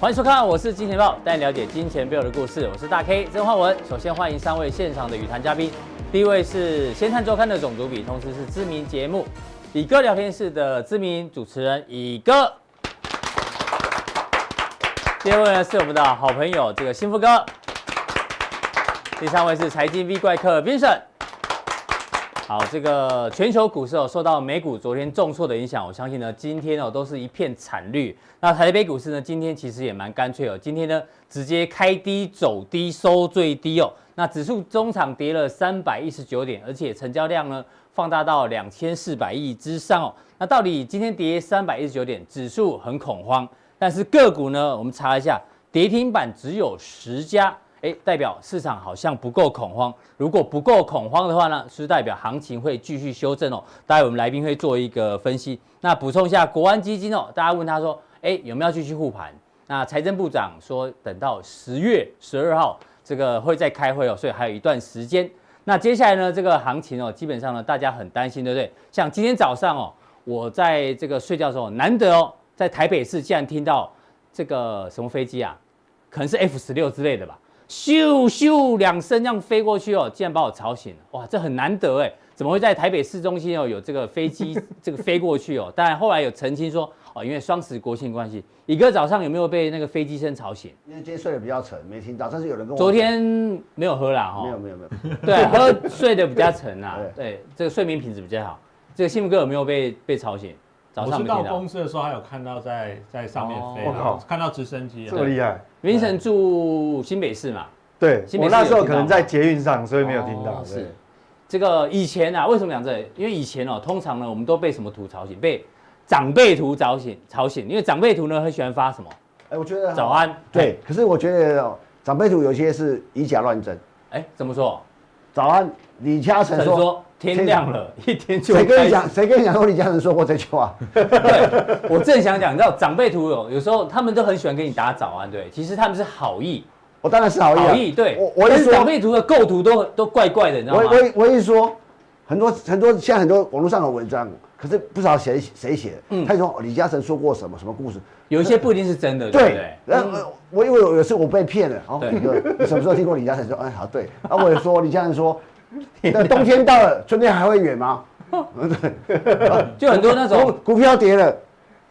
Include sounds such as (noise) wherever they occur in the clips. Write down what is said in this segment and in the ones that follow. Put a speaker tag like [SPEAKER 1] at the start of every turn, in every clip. [SPEAKER 1] 欢迎收看，我是金钱豹，带你了解金钱背后的故事。我是大 K 曾焕文。首先欢迎三位现场的语坛嘉宾，第一位是《先探周刊》的总主笔，同时是知名节目《以哥聊天室》的知名主持人以哥。第二位呢是我们的好朋友这个幸福哥。第三位是财经 V 怪客 Vincent。好，这个全球股市哦，受到美股昨天重挫的影响，我相信呢，今天哦都是一片惨绿。那台北股市呢，今天其实也蛮干脆哦，今天呢直接开低走低收最低哦。那指数中场跌了三百一十九点，而且成交量呢放大到两千四百亿之上哦。那到底今天跌三百一十九点，指数很恐慌，但是个股呢，我们查一下，跌停板只有十家。哎，代表市场好像不够恐慌。如果不够恐慌的话呢，是代表行情会继续修正哦。待会我们来宾会做一个分析。那补充一下，国安基金哦，大家问他说，哎，有没有继续护盘？那财政部长说，等到十月十二号这个会再开会哦，所以还有一段时间。那接下来呢，这个行情哦，基本上呢，大家很担心，对不对？像今天早上哦，我在这个睡觉的时候，难得哦，在台北市竟然听到这个什么飞机啊，可能是 F 十六之类的吧。咻咻两声这样飞过去哦，竟然把我吵醒了，哇，这很难得哎，怎么会在台北市中心哦有这个飞机 (laughs) 这个飞过去哦？当然后来有澄清说哦，因为双十国庆关系，乙哥早上有没有被那个飞机声吵醒？
[SPEAKER 2] 因为今天睡得比较沉，没听到。但是有人跟我
[SPEAKER 1] 昨天没有喝啦哈、哦
[SPEAKER 2] 没有没有没有，
[SPEAKER 1] 对，喝睡得比较沉啊，
[SPEAKER 2] 对
[SPEAKER 1] 对，这个睡眠品质比较好。这个幸福哥有没有被被吵醒？早
[SPEAKER 3] 我
[SPEAKER 1] 上
[SPEAKER 3] 是
[SPEAKER 1] 没
[SPEAKER 3] 到
[SPEAKER 1] 听到
[SPEAKER 3] 公。司的时候，还有看到在在上面飞，
[SPEAKER 1] 哦
[SPEAKER 3] 然后看到直升机啊
[SPEAKER 4] 这，么厉害？
[SPEAKER 1] Vincent 住新北市嘛，
[SPEAKER 4] 对
[SPEAKER 1] 新北
[SPEAKER 4] 我
[SPEAKER 1] 市有
[SPEAKER 4] 那时候
[SPEAKER 1] 听
[SPEAKER 4] 可
[SPEAKER 1] 到
[SPEAKER 4] 能
[SPEAKER 1] 吗
[SPEAKER 4] 在捷运上，所以没有听到
[SPEAKER 1] 哦。
[SPEAKER 4] 对
[SPEAKER 1] 是，这个以前啊，为什么讲这个因为以前哦，通常呢，我们都被什么图吵醒？被长辈图吵醒，吵醒。因为长辈图呢，很喜欢发什么
[SPEAKER 2] 哎，我觉得
[SPEAKER 1] 早。安。
[SPEAKER 2] 对，可是我觉得哦，长辈图有些是以假乱真。
[SPEAKER 1] 哎，怎么说？
[SPEAKER 2] 早安，李嘉诚
[SPEAKER 1] 陈
[SPEAKER 2] 说，
[SPEAKER 1] 说天亮了，一天就
[SPEAKER 2] 谁跟你
[SPEAKER 1] 开始
[SPEAKER 2] 讲？谁跟你讲过李嘉诚说过这句话？ (laughs)
[SPEAKER 1] 对，我正想讲，你知道长辈图有有时候他们都很喜欢给你打早安，对，其实他们是好意，
[SPEAKER 2] 我当然是好意啊。
[SPEAKER 1] 好意对。
[SPEAKER 2] 我我
[SPEAKER 1] 但
[SPEAKER 2] 一
[SPEAKER 1] 是长
[SPEAKER 2] 说，
[SPEAKER 1] 辈图的构图都都怪怪的，你知道
[SPEAKER 2] 我
[SPEAKER 1] 吗？
[SPEAKER 2] 我我一说，很多很多现在很多网络上的文章，可是不知道谁谁写
[SPEAKER 1] 嗯
[SPEAKER 2] 的。他就说哦李嘉诚说过什么什么故事？
[SPEAKER 1] 有一些不一定是真的，对不
[SPEAKER 2] 对
[SPEAKER 1] 对，？
[SPEAKER 2] 然后呃我因为有一次我被骗了，哦，
[SPEAKER 1] 对
[SPEAKER 2] 你哥，你什么时候听过李嘉诚说？哎，
[SPEAKER 1] (laughs)
[SPEAKER 2] 好对，然后我也说李嘉诚说，那冬天到了，春天还会远吗？
[SPEAKER 1] 就很多那
[SPEAKER 2] 股
[SPEAKER 1] 种
[SPEAKER 2] 股票跌了，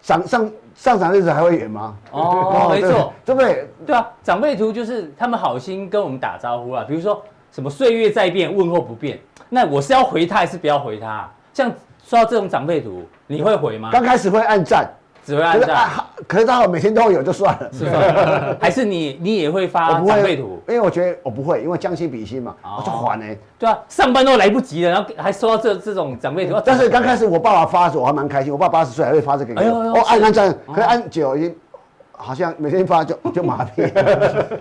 [SPEAKER 2] 上上上涨日子还会远吗？
[SPEAKER 1] 哦，没
[SPEAKER 2] 对
[SPEAKER 1] 错，，
[SPEAKER 2] 对不对？
[SPEAKER 1] 对啊，长辈图就是他们好心跟我们打招呼啊啦，比如说什么岁月在变，问候不变。那我是要回他还是不要回他、啊像说到这种长辈图，你会回吗？
[SPEAKER 2] 刚开始会暗战，
[SPEAKER 1] 只会按
[SPEAKER 2] 可是
[SPEAKER 1] 赞，
[SPEAKER 2] 啊，可是他每天都有就算了。
[SPEAKER 1] 是吧？还是 (laughs) 你你也会
[SPEAKER 2] 我
[SPEAKER 1] 发
[SPEAKER 2] 不
[SPEAKER 1] 长辈
[SPEAKER 2] 会，
[SPEAKER 1] 图？
[SPEAKER 2] 因为我觉得我不会，因为将心比心嘛，
[SPEAKER 1] 哦
[SPEAKER 2] 我就缓呢。
[SPEAKER 1] 对啊，上班都来不及了，然后还收到这这种长辈图。
[SPEAKER 2] 啊嗯
[SPEAKER 1] 啊
[SPEAKER 2] 但是刚开
[SPEAKER 1] 始
[SPEAKER 2] 始我爸爸发的时候，我还蛮开心，我爸八十岁还会发这个给
[SPEAKER 1] 哎呦
[SPEAKER 2] 我
[SPEAKER 1] 哎呦，
[SPEAKER 2] 哦，按按赞，可是按久已经好像每
[SPEAKER 1] (laughs)
[SPEAKER 2] 天发就就麻痹。
[SPEAKER 1] 哎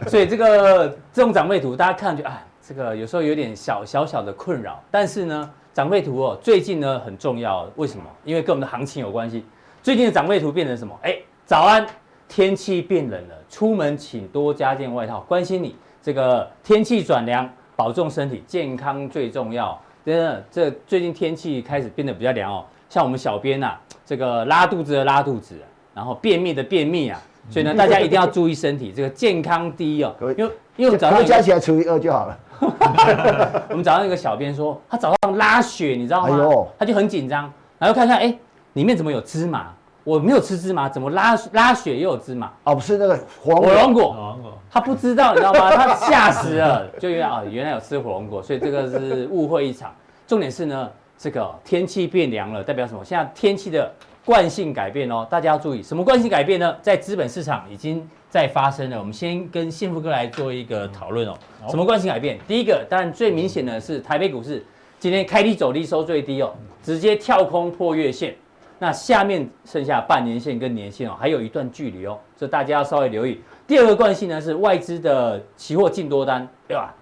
[SPEAKER 1] 所以这个这种长辈图，大家看就啊，这个有时候有点小小小的困扰。但是呢，长辈图哦，最近呢很重要，为什么？因为跟我们的行情有关系。最近的长辈图变成什么？哎，早安，天气变冷了，出门请多加件外套，关心你。这个天气转凉，保重身体，健康最重要。真的，这最近天气开始变得比较凉哦。像我们小编呐、这个拉肚子的拉肚子，然后便秘的便秘啊，所以呢，大家一定要注意身体，这个健康第一哦
[SPEAKER 2] 嗯各位。
[SPEAKER 1] 因为因为我们早
[SPEAKER 2] 然
[SPEAKER 1] 上
[SPEAKER 2] 后
[SPEAKER 1] 有
[SPEAKER 2] 加
[SPEAKER 1] 一个
[SPEAKER 2] 起来除以二就好了。
[SPEAKER 1] 我们早上有一个小编说，他早上拉血，你知道吗？
[SPEAKER 2] 哎呦
[SPEAKER 1] 他就很紧张，然后看看哎，里面怎么有芝麻？我没有吃芝麻，怎么拉拉血也有芝麻？
[SPEAKER 2] 哦，不是那个火
[SPEAKER 1] 火龙果，
[SPEAKER 3] 哦哦
[SPEAKER 1] 他不知道，你知道吗？ (laughs) 他吓死了，就原来啊、原来有吃火龙果，所以这个是误会一场。重点是呢，这个天气变凉了，代表什么？现在天气的惯性改变哦，大家要注意什么惯性改变呢？在资本市场已经在发生了。我们先跟幸福哥来做一个讨论哦，
[SPEAKER 3] 好
[SPEAKER 1] 什么惯性改变？第一个，当然最明显的是台北股市今天开低走低收最低哦，直接跳空破月线。那下面剩下半年线跟年线哦，还有一段距离哦，所以大家要稍微留意。第二个惯性呢是外资的期货净多单，对吧？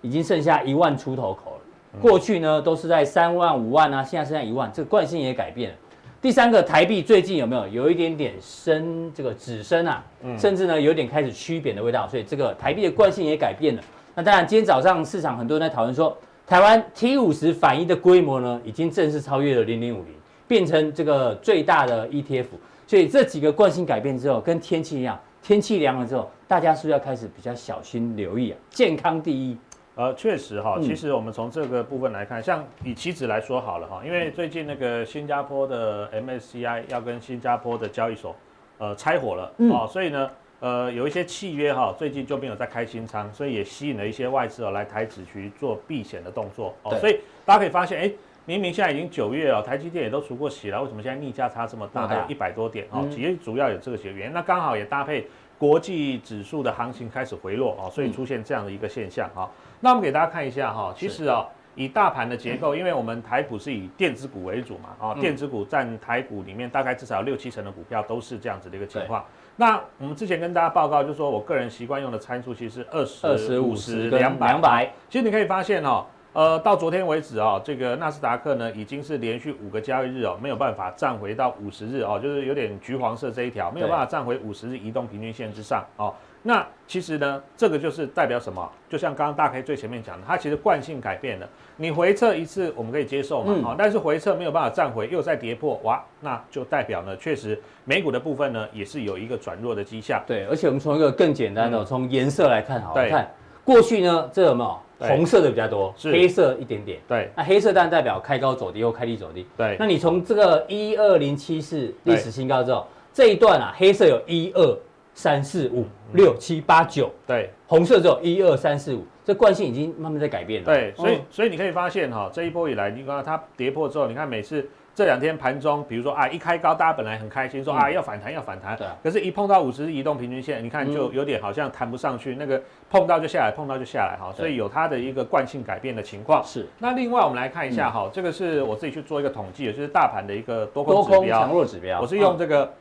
[SPEAKER 1] 已经剩下一万出头口了。过去呢都是在三万、五万啊，现在剩下一万，这个惯性也改变了。第三个，台币最近有没有有一点点升这个止升啊，
[SPEAKER 3] 嗯
[SPEAKER 1] 甚至呢有点开始趋贬的味道，所以这个台币的惯性也改变了。那当然，今天早上市场很多人在讨论说，台湾 T 五十反一的规模呢，已经正式超越了零零五零，E 变成这个最大的 ETF。所以这几个惯性改变之后，跟天气一样，天气凉了之后，大家是不是要开始比较小心留意啊？健康第一，
[SPEAKER 3] 呃，确实哈，
[SPEAKER 1] 嗯
[SPEAKER 3] 其实我们从这个部分来看，像以棋子来说好了哈，因为最近那个新加坡的 MSCI 要跟新加坡的交易所呃拆伙了，
[SPEAKER 1] 嗯
[SPEAKER 3] 哦，所以呢，呃，有一些契约哈，最近就没有在开新仓，所以也吸引了一些外资哦来台指去做避险的动作哦
[SPEAKER 1] 对，
[SPEAKER 3] 所以大家可以发现，哎、明明现在已经九月哦，台积电也都除过息了，为什么现在逆价差这么大，
[SPEAKER 1] 那
[SPEAKER 3] 还
[SPEAKER 1] 当
[SPEAKER 3] 有
[SPEAKER 1] 然
[SPEAKER 3] 一百多点哦
[SPEAKER 1] 嗯？
[SPEAKER 3] 其实主要有这个些原因，那刚好也搭配国际指数的行情开始回落哦，所
[SPEAKER 1] 嗯
[SPEAKER 3] 以出现这样的一个现象哈、那我们给大家看一下哈、其实啊、以大盘的结构，因为我们台股是以电子股为主嘛，啊、
[SPEAKER 1] 嗯
[SPEAKER 3] 电子股占台股里面大概至少有六七成的股票都是这样子的一个情况。那我们之前跟大家报告，就是说我个人习惯用的参数其实是二十、
[SPEAKER 1] 二十五十跟
[SPEAKER 3] 两
[SPEAKER 1] 两
[SPEAKER 3] 百。
[SPEAKER 1] 百，
[SPEAKER 3] 其实你可以发现哦，呃，到昨天为止哦，这个纳斯达克呢已经是连续五个交易日哦，没有办法站回到五十日哦，就是有点橘黄色这一条，没有
[SPEAKER 1] 对
[SPEAKER 3] 办法站回五十日移动平均线之上哦。那其实呢，这个就是代表什么？就像刚刚大 K 最前面讲的，它其实惯性改变了。你回撤一次，我们可以接受嘛？
[SPEAKER 1] 嗯
[SPEAKER 3] 好、但是回撤没有办法站回，又再跌破，哇，那就代表呢，确实美股的部分呢，也是有一个转弱的迹象。
[SPEAKER 1] 对，而且我们从一个更简单的，
[SPEAKER 3] 嗯
[SPEAKER 1] 从颜色来看好了，
[SPEAKER 3] 对
[SPEAKER 1] 看过去呢，这有没有
[SPEAKER 3] 对
[SPEAKER 1] 红色的比较多，
[SPEAKER 3] 是
[SPEAKER 1] 黑色一点点。
[SPEAKER 3] 对
[SPEAKER 1] 那黑色当然代表开高走低或开低走低。
[SPEAKER 3] 对
[SPEAKER 1] 那你从这个一二零七四历史新高之后，这一段啊，黑色有一二三四五
[SPEAKER 3] 嗯
[SPEAKER 1] 六七八九，
[SPEAKER 3] 对
[SPEAKER 1] 红色只有一二三四五，这惯性已经慢慢在改变了。
[SPEAKER 3] 对，所以、
[SPEAKER 1] 嗯
[SPEAKER 3] 所以你可以发现哈、这一波以来，你看它跌破之后，你看每次这两天盘中，比如说啊一开高，大家本来很开心说、
[SPEAKER 1] 嗯
[SPEAKER 3] 啊要反弹要反弹
[SPEAKER 1] 对啊，
[SPEAKER 3] 可是一碰到五十日移动平均线，你看就有点好像弹不上去，那个碰到就下来，碰到就下来哈、所以有它的一个惯性改变的情况。
[SPEAKER 1] 是
[SPEAKER 3] 那另外我们来看一下哈、这个是我自己去做一个统计的，就是大盘的一个多
[SPEAKER 1] 多
[SPEAKER 3] 空指
[SPEAKER 1] 空
[SPEAKER 3] 标
[SPEAKER 1] 强。弱指标，哦
[SPEAKER 3] 我是用这个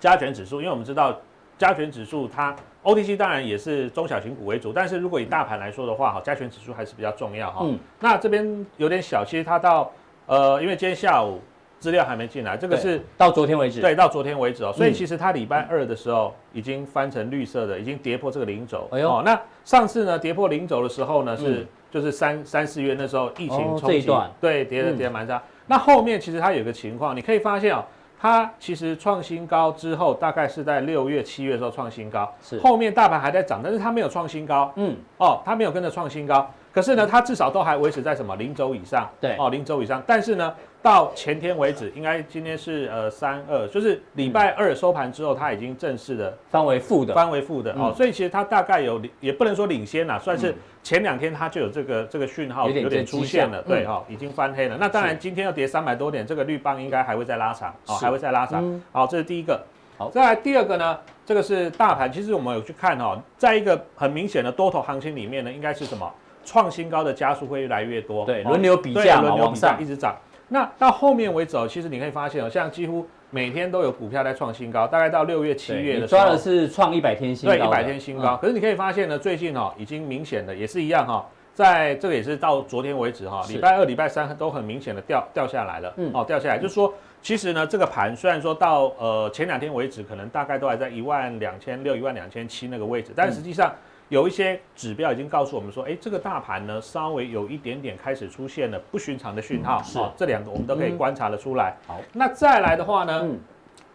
[SPEAKER 3] 加权指数，因为我们知道加权指数它 OTC 当然也是中小型股为主，但是如果以大盘来说的话，哈，加权指数还是比较重要哈。
[SPEAKER 1] 嗯
[SPEAKER 3] 那这边有点小，其实它到呃，因为今天下午资料还没进来，这个
[SPEAKER 1] 对
[SPEAKER 3] 是
[SPEAKER 1] 到昨天为止，
[SPEAKER 3] 对到昨天为止哦，所以
[SPEAKER 1] 嗯
[SPEAKER 3] 其实它礼拜二的时候已经翻成绿色的，已经跌破这个零轴。
[SPEAKER 1] 哎呦
[SPEAKER 3] 哦，那上次呢跌破零轴的时候呢是、
[SPEAKER 1] 嗯
[SPEAKER 3] 就是三三四月那时候疫情
[SPEAKER 1] 哦
[SPEAKER 3] 冲击，
[SPEAKER 1] 这一段
[SPEAKER 3] 对跌的
[SPEAKER 1] 嗯
[SPEAKER 3] 跌得蛮大。那后面其实它有一个情况，你可以发现哦，它其实创新高之后，大概是在六月七月的时候创新高，
[SPEAKER 1] 是
[SPEAKER 3] 后面大盘还在涨，但是它没有创新高。
[SPEAKER 1] 嗯，
[SPEAKER 3] 哦，它没有跟着创新高，可是呢，它至少都还维持在什么零轴以上，
[SPEAKER 1] 对
[SPEAKER 3] 哦，零轴以上。但是呢，到前天为止，应该今天是呃三二，就是礼拜二收盘之后，它已经正式的
[SPEAKER 1] 翻为负的，
[SPEAKER 3] 翻为负的、哦
[SPEAKER 1] 嗯，
[SPEAKER 3] 所以其实它大概有领，也不能说领先啦，算是前两天它就有这个这个讯号
[SPEAKER 1] 有点这
[SPEAKER 3] 出
[SPEAKER 1] 迹
[SPEAKER 3] 现
[SPEAKER 1] 象
[SPEAKER 3] 了，
[SPEAKER 1] 嗯
[SPEAKER 3] 对哦，已经翻黑了。那当
[SPEAKER 1] 是
[SPEAKER 3] 然今天要跌三百多点，这个绿棒应该还会再拉长，哦，
[SPEAKER 1] 是
[SPEAKER 3] 还会再拉长。
[SPEAKER 1] 嗯
[SPEAKER 3] 好，这是第一个。
[SPEAKER 1] 好
[SPEAKER 3] 再来第二个呢，这个是大盘，其实我们有去看哦，在一个很明显的多头行情里面呢，应该是什么？创新高的加速会越来越多，
[SPEAKER 1] 对
[SPEAKER 3] 哦
[SPEAKER 1] 轮流比
[SPEAKER 3] 对
[SPEAKER 1] 价嘛
[SPEAKER 3] 轮流
[SPEAKER 1] 往
[SPEAKER 3] 比价
[SPEAKER 1] 上
[SPEAKER 3] 一直涨。那到后面为止哦，其实你可以发现哦，像几乎每天都有股票在创新高，大概到六月、七
[SPEAKER 1] 对
[SPEAKER 3] 月
[SPEAKER 1] 你
[SPEAKER 3] 的时候，
[SPEAKER 1] 抓的是创一百天新高
[SPEAKER 3] 对
[SPEAKER 1] 的，嗯
[SPEAKER 3] 一百天新高。可是你可以发现呢，最近哦，已经明显的也是一样哈、哦在这个也是到昨天为止哈、
[SPEAKER 1] 是
[SPEAKER 3] 礼拜二、礼拜三都很明显的掉掉下来了，
[SPEAKER 1] 嗯
[SPEAKER 3] 哦，掉下来，就是说，其实呢，这个盘虽然说到呃前两天为止，可能大概都还在一万两千六、一万两千七那个位置，
[SPEAKER 1] 嗯
[SPEAKER 3] 但实际上。有一些指标已经告诉我们说，哎，这个大盘呢稍微有一点点开始出现了不寻常的讯号，
[SPEAKER 1] 嗯是
[SPEAKER 3] 哦，这两个我们都可以
[SPEAKER 1] 嗯
[SPEAKER 3] 观察得出来。
[SPEAKER 1] 好，
[SPEAKER 3] 那再来的话呢，
[SPEAKER 1] 嗯，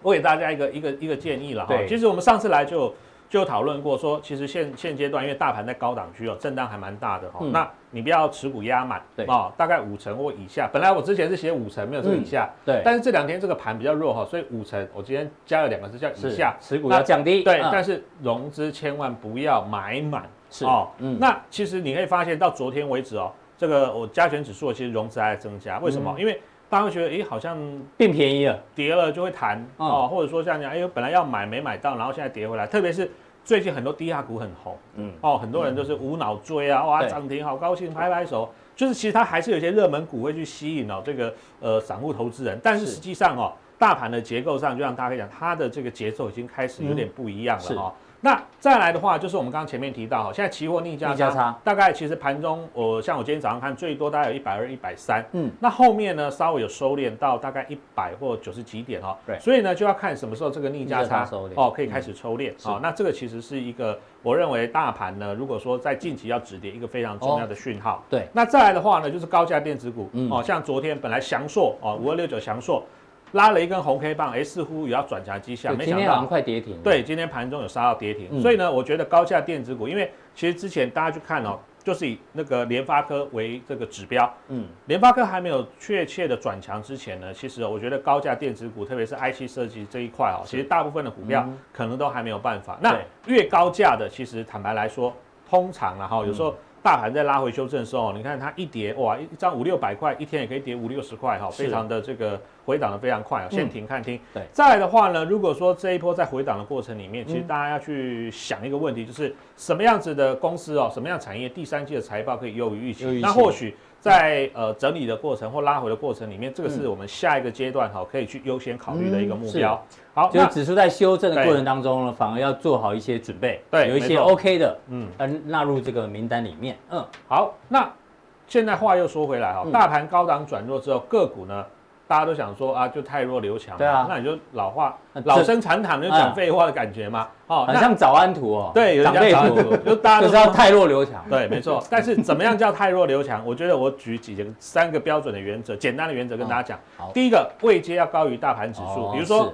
[SPEAKER 3] 我给大家一个一个一个建议了哈
[SPEAKER 1] 对。
[SPEAKER 3] 其实我们上次来就有就有讨论过说，其实现现阶段因为大盘在高档区哦，震荡还蛮大的哈、
[SPEAKER 1] 嗯
[SPEAKER 3] 那你不要持股压满，
[SPEAKER 1] 对
[SPEAKER 3] 哦，大概五成或以下。本来我之前是写五成，没有这个以下，
[SPEAKER 1] 对，
[SPEAKER 3] 但是这两天这个盘比较弱哈，所以五成我今天加了两个字叫以
[SPEAKER 1] 是
[SPEAKER 3] 下。
[SPEAKER 1] 持股要降低，
[SPEAKER 3] 对、
[SPEAKER 1] 嗯
[SPEAKER 3] 但是融资千万不要买满
[SPEAKER 1] 是
[SPEAKER 3] 哦。
[SPEAKER 1] 嗯
[SPEAKER 3] 那其实你可以发现到昨天为止哦，这个我加权指数其实融资还在增加，为什么？
[SPEAKER 1] 嗯
[SPEAKER 3] 因为大家会觉得，诶，好像
[SPEAKER 1] 变便宜了，
[SPEAKER 3] 跌了就会弹
[SPEAKER 1] 嗯
[SPEAKER 3] 哦，或者说像你哎呦本来要买没买到，然后现在跌回来，特别是最近很多低价股很红
[SPEAKER 1] 嗯，
[SPEAKER 3] 哦，很多人就是无脑追啊，哇
[SPEAKER 1] 对
[SPEAKER 3] 涨停好高兴，拍拍手。就是其实它还是有一些热门股会去吸引哦这个呃散户投资人，但是
[SPEAKER 1] 是
[SPEAKER 3] 实际上哦大盘的结构上，就像大家可以讲，它的这个节奏已经开始有点不一样
[SPEAKER 1] 嗯是
[SPEAKER 3] 了哦。那再来的话，就是我们刚刚前面提到，哦，现在期货逆价
[SPEAKER 1] 逆价差
[SPEAKER 3] 大概其实盘中我、像我今天早上看最多大概有一百二、一百三，
[SPEAKER 1] 嗯
[SPEAKER 3] 嗯，那后面呢稍微有收敛到大概一百或九十几点哦，
[SPEAKER 1] 对
[SPEAKER 3] 所以呢就要看什么时候这个逆价
[SPEAKER 1] 逆价差
[SPEAKER 3] 差
[SPEAKER 1] 收敛嗯
[SPEAKER 3] 哦可以开始抽敛
[SPEAKER 1] 是
[SPEAKER 3] 哦，那这个其实是一个我认为大盘呢，如果说在近期要止跌一个非常重要的讯号。
[SPEAKER 1] 嗯对，
[SPEAKER 3] 那再来的话呢，就是高价电子股、
[SPEAKER 1] 嗯
[SPEAKER 3] 哦，像昨天本来翔硕哦五二六九翔硕。拉了一根红 K 棒，哎，似乎有要转强迹象，
[SPEAKER 1] 对
[SPEAKER 3] 没
[SPEAKER 1] 今
[SPEAKER 3] 想
[SPEAKER 1] 天好像
[SPEAKER 3] 到。
[SPEAKER 1] 快跌停了。
[SPEAKER 3] 对，今天盘中有杀到跌停，
[SPEAKER 1] 嗯
[SPEAKER 3] 所以呢，我觉得高价电子股，因为其实之前大家去看哦，就是以那个联发科为这个指标，
[SPEAKER 1] 嗯，
[SPEAKER 3] 联发科还没有确切的转强之前呢，其实哦我觉得高价电子股，特别是 IC 设计这一块哦，其实大部分的股票
[SPEAKER 1] 嗯
[SPEAKER 3] 可能都还没有办法。那越高价的，其实坦白来说，通常
[SPEAKER 1] 嗯
[SPEAKER 3] 啊哈，有时候大盘在拉回修正的时候，你看它一跌哇，一张五六百块，一天也可以跌五六十块哈，
[SPEAKER 1] 是
[SPEAKER 3] 非常的这个回档的非常快哦，
[SPEAKER 1] 嗯
[SPEAKER 3] 先停看听。
[SPEAKER 1] 对嗯
[SPEAKER 3] 再来的话呢，如果说这一波在回档的过程里面，其实大家要去想一个问题，就是什么样子的公司哦，什么样产业第三季的财报可以优于预期
[SPEAKER 1] 优于预？期
[SPEAKER 3] 那或许在呃整理的过程或拉回的过程里面，这个是我们下一个阶段哈、可以去优先考虑的一个目标。好，
[SPEAKER 1] 嗯就是
[SPEAKER 3] 那
[SPEAKER 1] 指数在修正的过程当中呢，反而要做好一些准备，
[SPEAKER 3] 对
[SPEAKER 1] 有一些
[SPEAKER 3] 没错
[SPEAKER 1] OK 的，
[SPEAKER 3] 嗯哦
[SPEAKER 1] 呃，纳入这个名单里面，嗯，
[SPEAKER 3] 好，那现在话又说回来哈、
[SPEAKER 1] 嗯
[SPEAKER 3] 大盘高档转弱之后，个股呢？大家都想说啊，就太弱留强嘛，
[SPEAKER 1] 对啊
[SPEAKER 3] 那你就老话
[SPEAKER 1] 那这
[SPEAKER 3] 老生常谈，就
[SPEAKER 1] 嗯
[SPEAKER 3] 讲废话的感觉嘛。哦，
[SPEAKER 1] 很
[SPEAKER 3] 那
[SPEAKER 1] 像早安图哦，
[SPEAKER 3] 对，有人
[SPEAKER 1] 长
[SPEAKER 3] 家
[SPEAKER 1] 辈
[SPEAKER 3] 讲
[SPEAKER 1] 图，
[SPEAKER 3] 就大家
[SPEAKER 1] 就
[SPEAKER 3] 都
[SPEAKER 1] 是要
[SPEAKER 3] 说
[SPEAKER 1] 太弱留强，
[SPEAKER 3] 对，没错。但是怎么样叫太弱留强？我觉得我举几个三个标准的原则，简单的原则跟大家讲
[SPEAKER 1] 哦好。
[SPEAKER 3] 第一个，位阶要高于大盘指数，
[SPEAKER 1] 哦
[SPEAKER 3] 比如说
[SPEAKER 1] 是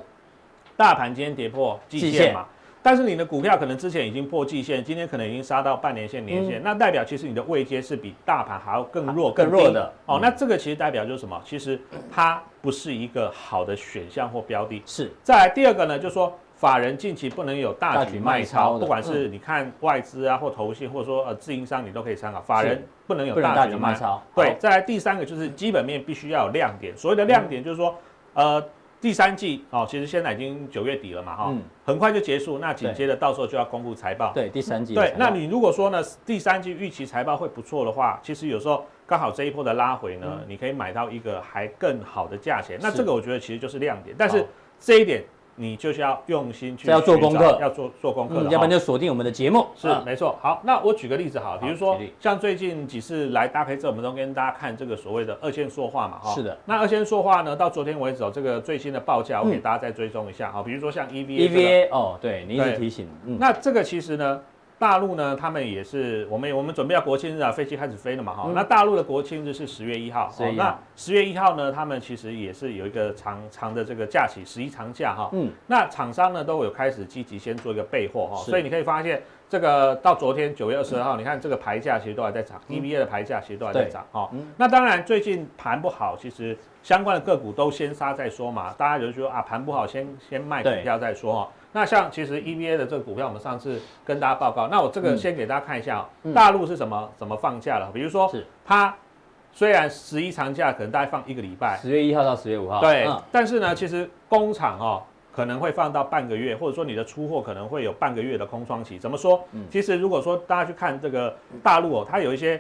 [SPEAKER 3] 大盘今天跌破
[SPEAKER 1] 季
[SPEAKER 3] 季
[SPEAKER 1] 线
[SPEAKER 3] 线嘛。但是你的股票可能之前已经破季线，今天可能已经杀到半年线、年线，那代表其实你的位阶是比大盘还要更弱、
[SPEAKER 1] 嗯更
[SPEAKER 3] 低
[SPEAKER 1] 弱的
[SPEAKER 3] 哦
[SPEAKER 1] 嗯。
[SPEAKER 3] 那这个其实代表就是什么？其实它不是一个好的选项或标的。
[SPEAKER 1] 是
[SPEAKER 3] 再来第二个呢，就说法人近期不能有
[SPEAKER 1] 大
[SPEAKER 3] 大
[SPEAKER 1] 举
[SPEAKER 3] 举
[SPEAKER 1] 卖
[SPEAKER 3] 卖
[SPEAKER 1] 超
[SPEAKER 3] 超，
[SPEAKER 1] 的嗯
[SPEAKER 3] 不管是你看外资啊或投信，或者说呃自营商，你都可以参考。法
[SPEAKER 1] 是
[SPEAKER 3] 人不能有
[SPEAKER 1] 不能大
[SPEAKER 3] 大举
[SPEAKER 1] 举
[SPEAKER 3] 的
[SPEAKER 1] 卖
[SPEAKER 3] 卖超。
[SPEAKER 1] 超，
[SPEAKER 3] 对，再来第三个就是基本面必须要有亮点。所谓的亮点就是说，呃，第三季哦，其实现在已经九月底了嘛哈、
[SPEAKER 1] 嗯
[SPEAKER 3] 很快就结束。那紧接着到时候就要公布财报
[SPEAKER 1] 好，。对，第三季的
[SPEAKER 3] 对
[SPEAKER 1] 财，报，
[SPEAKER 3] 那你如果说呢，第三季预期财报会不错的话，其实有时候刚好这一波的拉回呢，你可以买到一个还更好的价钱。那
[SPEAKER 1] 嗯是
[SPEAKER 3] 这个我觉得其实就是亮点，但
[SPEAKER 1] 好
[SPEAKER 3] 是这一点你就是要用心去
[SPEAKER 1] 这要做
[SPEAKER 3] 寻找
[SPEAKER 1] 功课
[SPEAKER 3] 要做做功课
[SPEAKER 1] 嗯
[SPEAKER 3] 的，
[SPEAKER 1] 要不然
[SPEAKER 3] 哈
[SPEAKER 1] 就锁定我们的节目，
[SPEAKER 3] 是、
[SPEAKER 1] 嗯
[SPEAKER 3] 啊没错。好，那我举个例子好了，比如说
[SPEAKER 1] 举例
[SPEAKER 3] 像最近几次来搭配这，我们都跟大家看这个所谓的二线说话嘛，哈、
[SPEAKER 1] 是的。
[SPEAKER 3] 那二线说话呢，到昨天为止哦，这个最新的报价我给
[SPEAKER 1] 嗯
[SPEAKER 3] 大家再追踪一下哈、比如说像 EVA 这个
[SPEAKER 1] EVA 哦，对，你一直
[SPEAKER 3] 对
[SPEAKER 1] 提醒，嗯，
[SPEAKER 3] 那这个其实呢，大陆呢，他们也是我们我们准备要国庆日啊，飞机开始飞了嘛哈、
[SPEAKER 1] 嗯
[SPEAKER 3] 那大陆的国庆日是十月一号，哦
[SPEAKER 1] 10月1号
[SPEAKER 3] 那十月一号呢，他们其实也是有一个长长的这个假期，十一长假哈、
[SPEAKER 1] 嗯，
[SPEAKER 3] 那厂商呢都有开始积极先做一个备货哈、
[SPEAKER 1] 是
[SPEAKER 3] 所以你可以发现这个到昨天九月二十二号，你看这个牌价其实都还在涨、e v a 的牌价其实都还在涨哈、
[SPEAKER 1] 嗯
[SPEAKER 3] 那当然最近盘不好，其实相关的个股都先杀再说嘛，大家就说啊盘不好先先卖股
[SPEAKER 1] 对
[SPEAKER 3] 票再说哈、那像其实 EVA 的这个股票，我们上次跟大家报告，那我这个
[SPEAKER 1] 嗯
[SPEAKER 3] 先给大家看一下、哦
[SPEAKER 1] 嗯
[SPEAKER 3] 大陆是怎么怎么放假了，比如说
[SPEAKER 1] 是
[SPEAKER 3] 它虽然十一长假可能大概放一个礼拜，
[SPEAKER 1] 十月一号到十月五号，
[SPEAKER 3] 对，
[SPEAKER 1] 嗯
[SPEAKER 3] 但是呢，其实工厂哦可能会放到半个月，或者说你的出货可能会有半个月的空窗期。怎么说？
[SPEAKER 1] 嗯
[SPEAKER 3] 其实如果说大家去看这个大陆哦，它有一些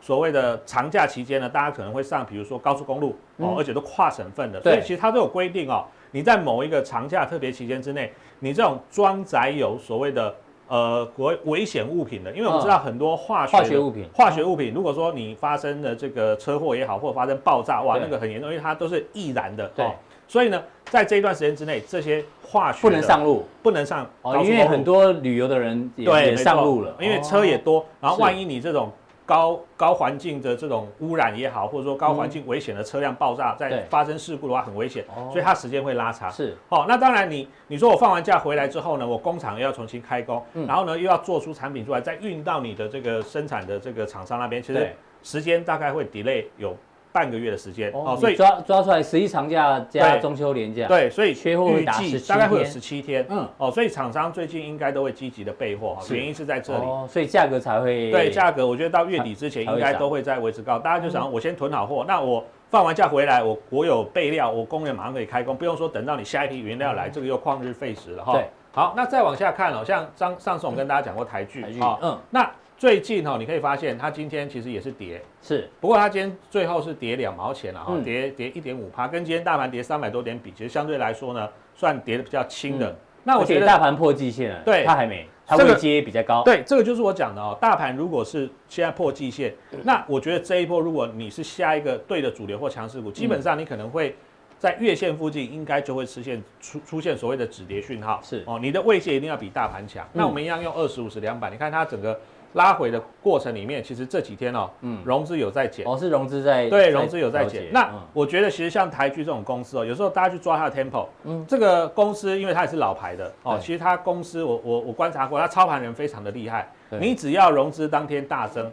[SPEAKER 3] 所谓的长假期间呢，大家可能会上，比如说高速公路哦，
[SPEAKER 1] 嗯
[SPEAKER 3] 而且都跨省份的，
[SPEAKER 1] 对
[SPEAKER 3] 所以其实它都有规定哦，你在某一个长假特别期间之内，你这种装载有所谓的。呃，危危险物品的，因为我们
[SPEAKER 1] 嗯
[SPEAKER 3] 知道很多化学
[SPEAKER 1] 化
[SPEAKER 3] 的
[SPEAKER 1] 学物品
[SPEAKER 3] 化学物品，如果说你发生了这个车祸也好，或者发生爆炸，哇，
[SPEAKER 1] 对
[SPEAKER 3] 那个很严重，因为它都是易燃的。
[SPEAKER 1] 对
[SPEAKER 3] 哦，所以呢，在这一段时间之内，这些化学
[SPEAKER 1] 不
[SPEAKER 3] 的
[SPEAKER 1] 能上路
[SPEAKER 3] 不能上高
[SPEAKER 1] 哦，
[SPEAKER 3] 速公路，
[SPEAKER 1] 因为很多旅游的人也
[SPEAKER 3] 对
[SPEAKER 1] 也
[SPEAKER 3] 没错
[SPEAKER 1] 上路了，
[SPEAKER 3] 因为车也
[SPEAKER 1] 哦
[SPEAKER 3] 多，然后
[SPEAKER 1] 是
[SPEAKER 3] 万一你这种高高环境的这种污染也好，或者说高环境危险的车辆爆炸，
[SPEAKER 1] 嗯对
[SPEAKER 3] 在发生事故的话很危险
[SPEAKER 1] 哦，
[SPEAKER 3] 所以它时间会拉长。
[SPEAKER 1] 是
[SPEAKER 3] 哦，那当然你，你说我放完假回来之后呢，我工厂又要重新开工，
[SPEAKER 1] 嗯
[SPEAKER 3] 然后呢又要做出产品出来，再运到你的这个生产的这个厂商那边，其实
[SPEAKER 1] 对
[SPEAKER 3] 时间大概会 delay 有半个月的时间哦
[SPEAKER 1] 哦，，
[SPEAKER 3] 所
[SPEAKER 1] 所以
[SPEAKER 3] 以
[SPEAKER 1] 抓抓出来十一长假加
[SPEAKER 3] 对
[SPEAKER 1] 中秋连假，，
[SPEAKER 3] 对，所以
[SPEAKER 1] 缺货会
[SPEAKER 3] 预
[SPEAKER 1] 打
[SPEAKER 3] 计
[SPEAKER 1] 17
[SPEAKER 3] 大概会有
[SPEAKER 1] 天
[SPEAKER 3] 十七天，
[SPEAKER 1] 嗯
[SPEAKER 3] 嗯，哦，所以厂商最近应该都会积极的备货哈，
[SPEAKER 1] 是
[SPEAKER 3] 原因是在这里。
[SPEAKER 1] 哦，所以价格才会
[SPEAKER 3] 对，价格我觉得到月底之前
[SPEAKER 1] 才才会
[SPEAKER 3] 应
[SPEAKER 1] 涨嗯
[SPEAKER 3] 该都会在维持高，大家就想我先囤好货，那我放完假回来，我我有备料，我工人马上可以开工，不用说等到你下一批原料来，这个又旷日费时了哈。
[SPEAKER 1] 对，
[SPEAKER 3] 好，那再往下看哦，像上上次我们跟大家讲过台剧
[SPEAKER 1] 台剧，
[SPEAKER 3] 哈，
[SPEAKER 1] 嗯，
[SPEAKER 3] 那最近哈、哦、你可以发现它今天其实也是跌，
[SPEAKER 1] 是
[SPEAKER 3] 不过它今天最后是跌两毛钱了哈、
[SPEAKER 1] 嗯
[SPEAKER 3] 跌跌一点五趴，跟今天大盘跌三百多点比，其实相对来说呢，算跌的比较轻的。
[SPEAKER 1] 嗯
[SPEAKER 3] 那我
[SPEAKER 1] 而且
[SPEAKER 3] 觉得
[SPEAKER 1] 大盘破季线了，
[SPEAKER 3] 对
[SPEAKER 1] 它还没，它
[SPEAKER 3] 这
[SPEAKER 1] 位
[SPEAKER 3] 个
[SPEAKER 1] 阶比较高，
[SPEAKER 3] 对，这个就是我讲的哦。大盘如果是现在破季线，那我觉得这一波如果你是下一个对的主流或强势
[SPEAKER 1] 嗯
[SPEAKER 3] 股，基本上你可能会在月线附近应该就会出现出出现所谓的止跌讯号。
[SPEAKER 1] 是
[SPEAKER 3] 哦，你的位阶一定要比大盘强。那
[SPEAKER 1] 嗯
[SPEAKER 3] 我们一样用二十五十两百，你看它整个拉回的过程里面，其实这几天哦，
[SPEAKER 1] 嗯
[SPEAKER 3] 融资有在减。
[SPEAKER 1] 哦，是融资在
[SPEAKER 3] 对，融资有在
[SPEAKER 1] 了
[SPEAKER 3] 减。
[SPEAKER 1] 解
[SPEAKER 3] 那
[SPEAKER 1] 嗯
[SPEAKER 3] 我觉得其实像台剧这种公司哦，有时候大家去抓它的 tempo，
[SPEAKER 1] 嗯
[SPEAKER 3] 嗯，这个公司因为它也是老牌的哦，
[SPEAKER 1] 对
[SPEAKER 3] 其实它公司我我我观察过，它操盘人非常的厉害
[SPEAKER 1] 对。
[SPEAKER 3] 你只要融资当天大增，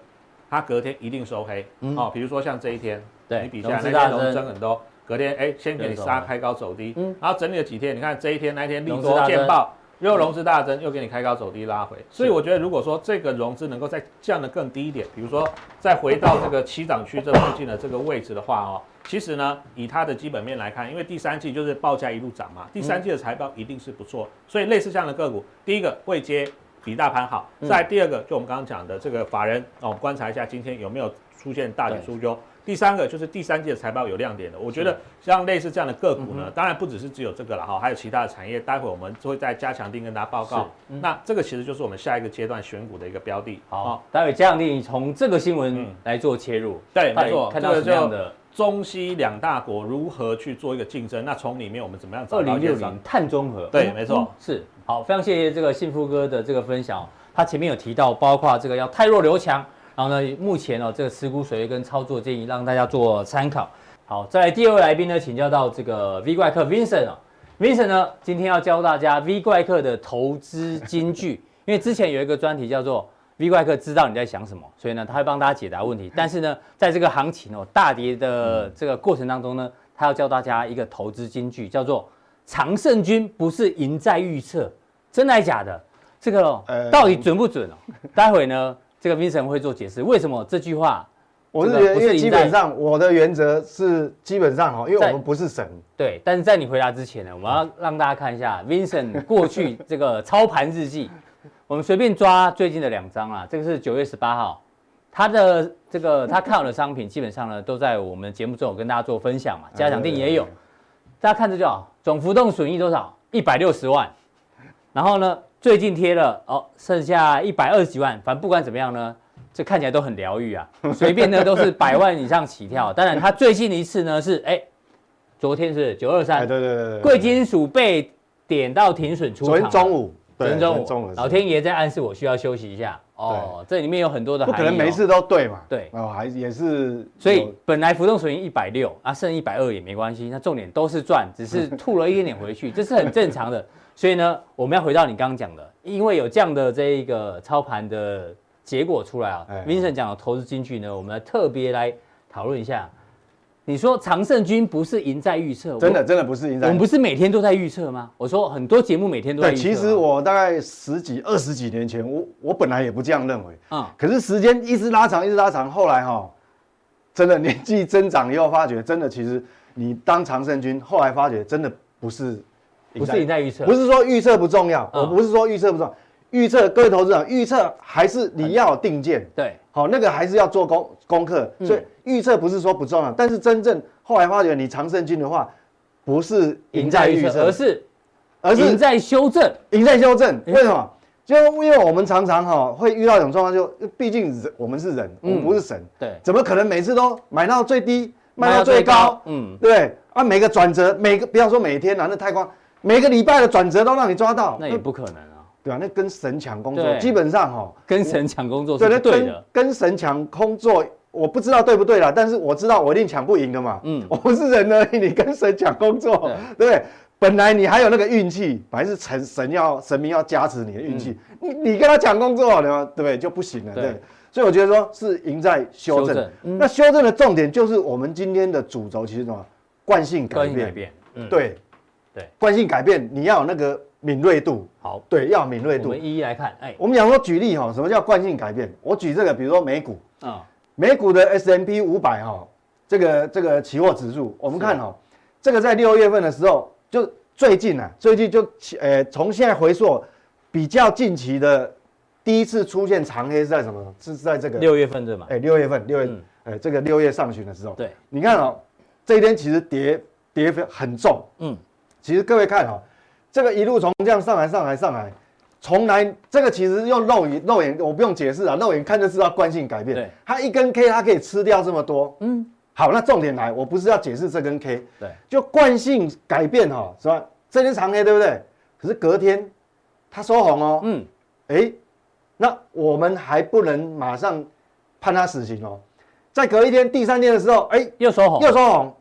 [SPEAKER 3] 它隔天一定收黑。
[SPEAKER 1] 嗯
[SPEAKER 3] 哦，比如说像这一天，
[SPEAKER 1] 对
[SPEAKER 3] 你比下
[SPEAKER 1] 融
[SPEAKER 3] 那
[SPEAKER 1] 资大
[SPEAKER 3] 天
[SPEAKER 1] 增
[SPEAKER 3] 融增很多，隔天哎先给你
[SPEAKER 1] 对
[SPEAKER 3] 杀
[SPEAKER 1] 走
[SPEAKER 3] 开高走低
[SPEAKER 1] 嗯，
[SPEAKER 3] 然后整理了几天，你看这一天那一天利
[SPEAKER 1] 融资大
[SPEAKER 3] 多
[SPEAKER 1] 增嗯
[SPEAKER 3] 见报。又融资大增，又给你开高走低拉回，所以我觉得如果说这个融资能够再降得更低一点，比如说再回到这个七涨区这附近的这个位置的话哦，其实呢，以它的基本面来看，因为第三季就是报价一路涨嘛，
[SPEAKER 1] 嗯
[SPEAKER 3] 第三季的财报一定是不错，所以类似这样的个股，第一个位接比大盘好，
[SPEAKER 1] 嗯
[SPEAKER 3] 再来第二个就我们刚刚讲的这个法人哦，我们观察一下今天有没有出现大举
[SPEAKER 1] 对
[SPEAKER 3] 出优。第三个就是第三季的财报有亮点的，我觉得像类似这样的个
[SPEAKER 1] 嗯
[SPEAKER 3] 股呢，当然不只是只有这个了哈，还有其他的产业，待会我们会再加强定跟大家报告
[SPEAKER 1] 是。嗯
[SPEAKER 3] 那这个其实就是我们下一个阶段选股的一个标的。哦
[SPEAKER 1] 好，待会嘉良弟你从这个新闻
[SPEAKER 3] 嗯
[SPEAKER 1] 来做切入，
[SPEAKER 3] 对，
[SPEAKER 1] 到
[SPEAKER 3] 没
[SPEAKER 1] 底
[SPEAKER 3] 错，
[SPEAKER 1] 看
[SPEAKER 3] 这
[SPEAKER 1] 到
[SPEAKER 3] 个
[SPEAKER 1] 什么样
[SPEAKER 3] 就
[SPEAKER 1] 的
[SPEAKER 3] 中西两大国如何去做一个竞争，那从里面我们怎么样找
[SPEAKER 1] 二
[SPEAKER 3] 到
[SPEAKER 1] 零
[SPEAKER 3] 一
[SPEAKER 1] 六
[SPEAKER 3] 些商
[SPEAKER 1] 零碳中和，
[SPEAKER 3] 对
[SPEAKER 1] 嗯
[SPEAKER 3] 没错
[SPEAKER 1] 嗯是好，非常谢谢这个幸福哥的这个分享哦、他前面有提到，包括这个要太弱留强，然后呢，目前哦这个持股水位跟操作建议让大家做参考。好，再来第二位来宾呢，请教到这个 V 怪客 Vincent 哦，Vincent 呢今天要教大家 V 怪客的投资金句，因为之前有一个专题叫做 V 怪客知道你在想什么，所以呢他会帮大家解答问题。但是呢，在这个行情哦大跌的这个过程当中呢，他要教大家一个投资金句，叫做常胜军不是赢在预测，真的还假的？这个哦、
[SPEAKER 2] 呃
[SPEAKER 1] 到底准不准哦？待会呢，这个 Vincent 会做解释，为什么这句话
[SPEAKER 4] 我是
[SPEAKER 1] 这
[SPEAKER 4] 觉
[SPEAKER 1] 个
[SPEAKER 4] 得，
[SPEAKER 1] 不
[SPEAKER 4] 因
[SPEAKER 1] 是
[SPEAKER 4] 为
[SPEAKER 1] 赢
[SPEAKER 4] 基
[SPEAKER 1] 在
[SPEAKER 4] 本上我的原则是基本上哈，因为
[SPEAKER 1] 在
[SPEAKER 4] 我们不是神，
[SPEAKER 1] 对？但是在你回答之前呢，我们要让大家看一下 Vincent 过去这个操盘日记。我们随便抓最近的两张啊，这个是九月十八号，他的这个他看好的商品基本上呢都在我们节目中有跟大家做分享
[SPEAKER 4] 呃
[SPEAKER 1] 嘛，嘉奖定也有，大家看着就好，总浮动损益多少？一百六十万。然后呢，最近贴了哦，剩下一百二十几万，反正不管怎么样呢，这看起来都很疗愈啊，随便呢都
[SPEAKER 4] (laughs)
[SPEAKER 1] 是百万以上起跳。当然，他最近一次呢是哎，昨天是九二
[SPEAKER 4] 哎，
[SPEAKER 1] 三，
[SPEAKER 4] 对对对对，
[SPEAKER 1] 贵金属被点到停损出场
[SPEAKER 4] 昨
[SPEAKER 1] 了。
[SPEAKER 4] 天中午，
[SPEAKER 1] 昨
[SPEAKER 4] 对
[SPEAKER 1] 天中午，
[SPEAKER 4] 中午的时候
[SPEAKER 1] 老天爷在暗示我需要休息一下哦。这里面有很多的
[SPEAKER 4] 不
[SPEAKER 1] 含义、哦
[SPEAKER 4] 可能每。次都对嘛，
[SPEAKER 1] 对
[SPEAKER 4] 哦，还也是，
[SPEAKER 1] 所以本来浮动损益一百六啊，剩一百二也没关系，那重点都是赚，只是吐了一点点回去，这是很正常的。所以呢，我们要回到你刚刚讲的，因为有这样的这一个操盘的结果出来啊、
[SPEAKER 4] 哎
[SPEAKER 1] v i n c e n t 讲的投资金句呢，我们来特别来讨论一下。你说常胜军不是赢在预测，
[SPEAKER 4] 真的真的不是赢
[SPEAKER 1] 我，
[SPEAKER 4] 在
[SPEAKER 1] 我们不是每天都在预测吗？我说很多节目每天都在
[SPEAKER 4] 对，
[SPEAKER 1] 预测啊、
[SPEAKER 4] 其实我大概十几、二十几年前，我我本来也不这样认为，
[SPEAKER 1] 嗯
[SPEAKER 4] 可是时间一直拉长，一直拉长，后来哈、真的年纪增长以后，发觉真的其实你当常胜军，后来发觉真的不是
[SPEAKER 1] 不是赢在预测，
[SPEAKER 4] 不是说预测不重要，
[SPEAKER 1] 嗯
[SPEAKER 4] 我不是说预测不重要，预测各位投资者，预测还是你要有定见，
[SPEAKER 1] 对。
[SPEAKER 4] 好，那个还是要做功功课，
[SPEAKER 1] 嗯
[SPEAKER 4] 所以预测不是说不重要，但是真正后来发觉你常胜军的话，不是赢在预测，
[SPEAKER 1] 而是
[SPEAKER 4] 而是
[SPEAKER 1] 赢在修正。
[SPEAKER 4] 赢在修正，
[SPEAKER 1] 哎
[SPEAKER 4] 为什么？就因为我们常常哈、会遇到一种状况，就毕竟人我们是人，我们不是神，
[SPEAKER 1] 对，
[SPEAKER 4] 怎么可能每次都买到最低，卖
[SPEAKER 1] 嗯卖到
[SPEAKER 4] 到
[SPEAKER 1] 最
[SPEAKER 4] 最高
[SPEAKER 1] 高？嗯
[SPEAKER 4] 对啊，每个转折，每个不要说每天啦、那太夸，每个礼拜的转折都让你抓到，
[SPEAKER 1] 那也不可能啊，
[SPEAKER 4] 对啊，那跟神抢工作
[SPEAKER 1] 对
[SPEAKER 4] 基本上哈、
[SPEAKER 1] 跟神抢工哦作是
[SPEAKER 4] 对，那
[SPEAKER 1] 不对
[SPEAKER 4] 跟
[SPEAKER 1] 的。
[SPEAKER 4] 跟神抢工作，我不知道对不对啦，但是我知道我一定抢不赢的嘛。
[SPEAKER 1] 嗯
[SPEAKER 4] 嗯，我不是人而已，你跟神抢工作，对不对？本来你还有那个运气，本来是神神要神明要加持你的运气，你你跟他抢工作，对吧？对不对？就不行了，
[SPEAKER 1] 嗯对
[SPEAKER 4] 对。所以我觉得说是赢在修
[SPEAKER 1] 修
[SPEAKER 4] 正。
[SPEAKER 1] 正嗯
[SPEAKER 4] 那修正的重点就是我们今天的主轴其实是什么？惯性改
[SPEAKER 1] 关
[SPEAKER 4] 变。
[SPEAKER 1] 于改变，嗯，
[SPEAKER 4] 对
[SPEAKER 1] 对，
[SPEAKER 4] 惯性改变，你要有那个敏锐度。
[SPEAKER 1] 好，
[SPEAKER 4] 对，要有敏锐
[SPEAKER 1] 我
[SPEAKER 4] 度。
[SPEAKER 1] 们一一来看。哎，
[SPEAKER 4] 我们讲说举例哈，什么叫惯性改变？我举这个，比如说美股，
[SPEAKER 1] 嗯，
[SPEAKER 4] 美股的 S M P 五百哈，这个这个期货指数，我们看哈、这个在六月份的时候，就最近啊，最近就呃，从现在回溯比较近期的第一次出现长黑是在什么？是在这个
[SPEAKER 1] 六月份对吗？
[SPEAKER 4] 哎六月份六月、
[SPEAKER 1] 嗯
[SPEAKER 4] 呃这个六月上旬的时候，
[SPEAKER 1] 对，
[SPEAKER 4] 你看哦，这一天其实跌跌非很重，
[SPEAKER 1] 嗯，
[SPEAKER 4] 其实各位看哦，这个一路从这样上来上来上来，从来这个其实用肉眼肉眼我不用解释啊，肉眼看就知道惯性改
[SPEAKER 1] 对
[SPEAKER 4] 变。它一根 K 它可以吃掉这么多，嗯，好，那重点来，我不是要解释这根 K，
[SPEAKER 1] 对，
[SPEAKER 4] 就惯性改变哈、哦，是吧？这根长黑对不对？可是隔天它收红哦，
[SPEAKER 1] 嗯，
[SPEAKER 4] 哎，那我们还不能马上判他死刑哦。在隔一天、第三天的时候，哎、
[SPEAKER 1] 又收红，
[SPEAKER 4] 又收红，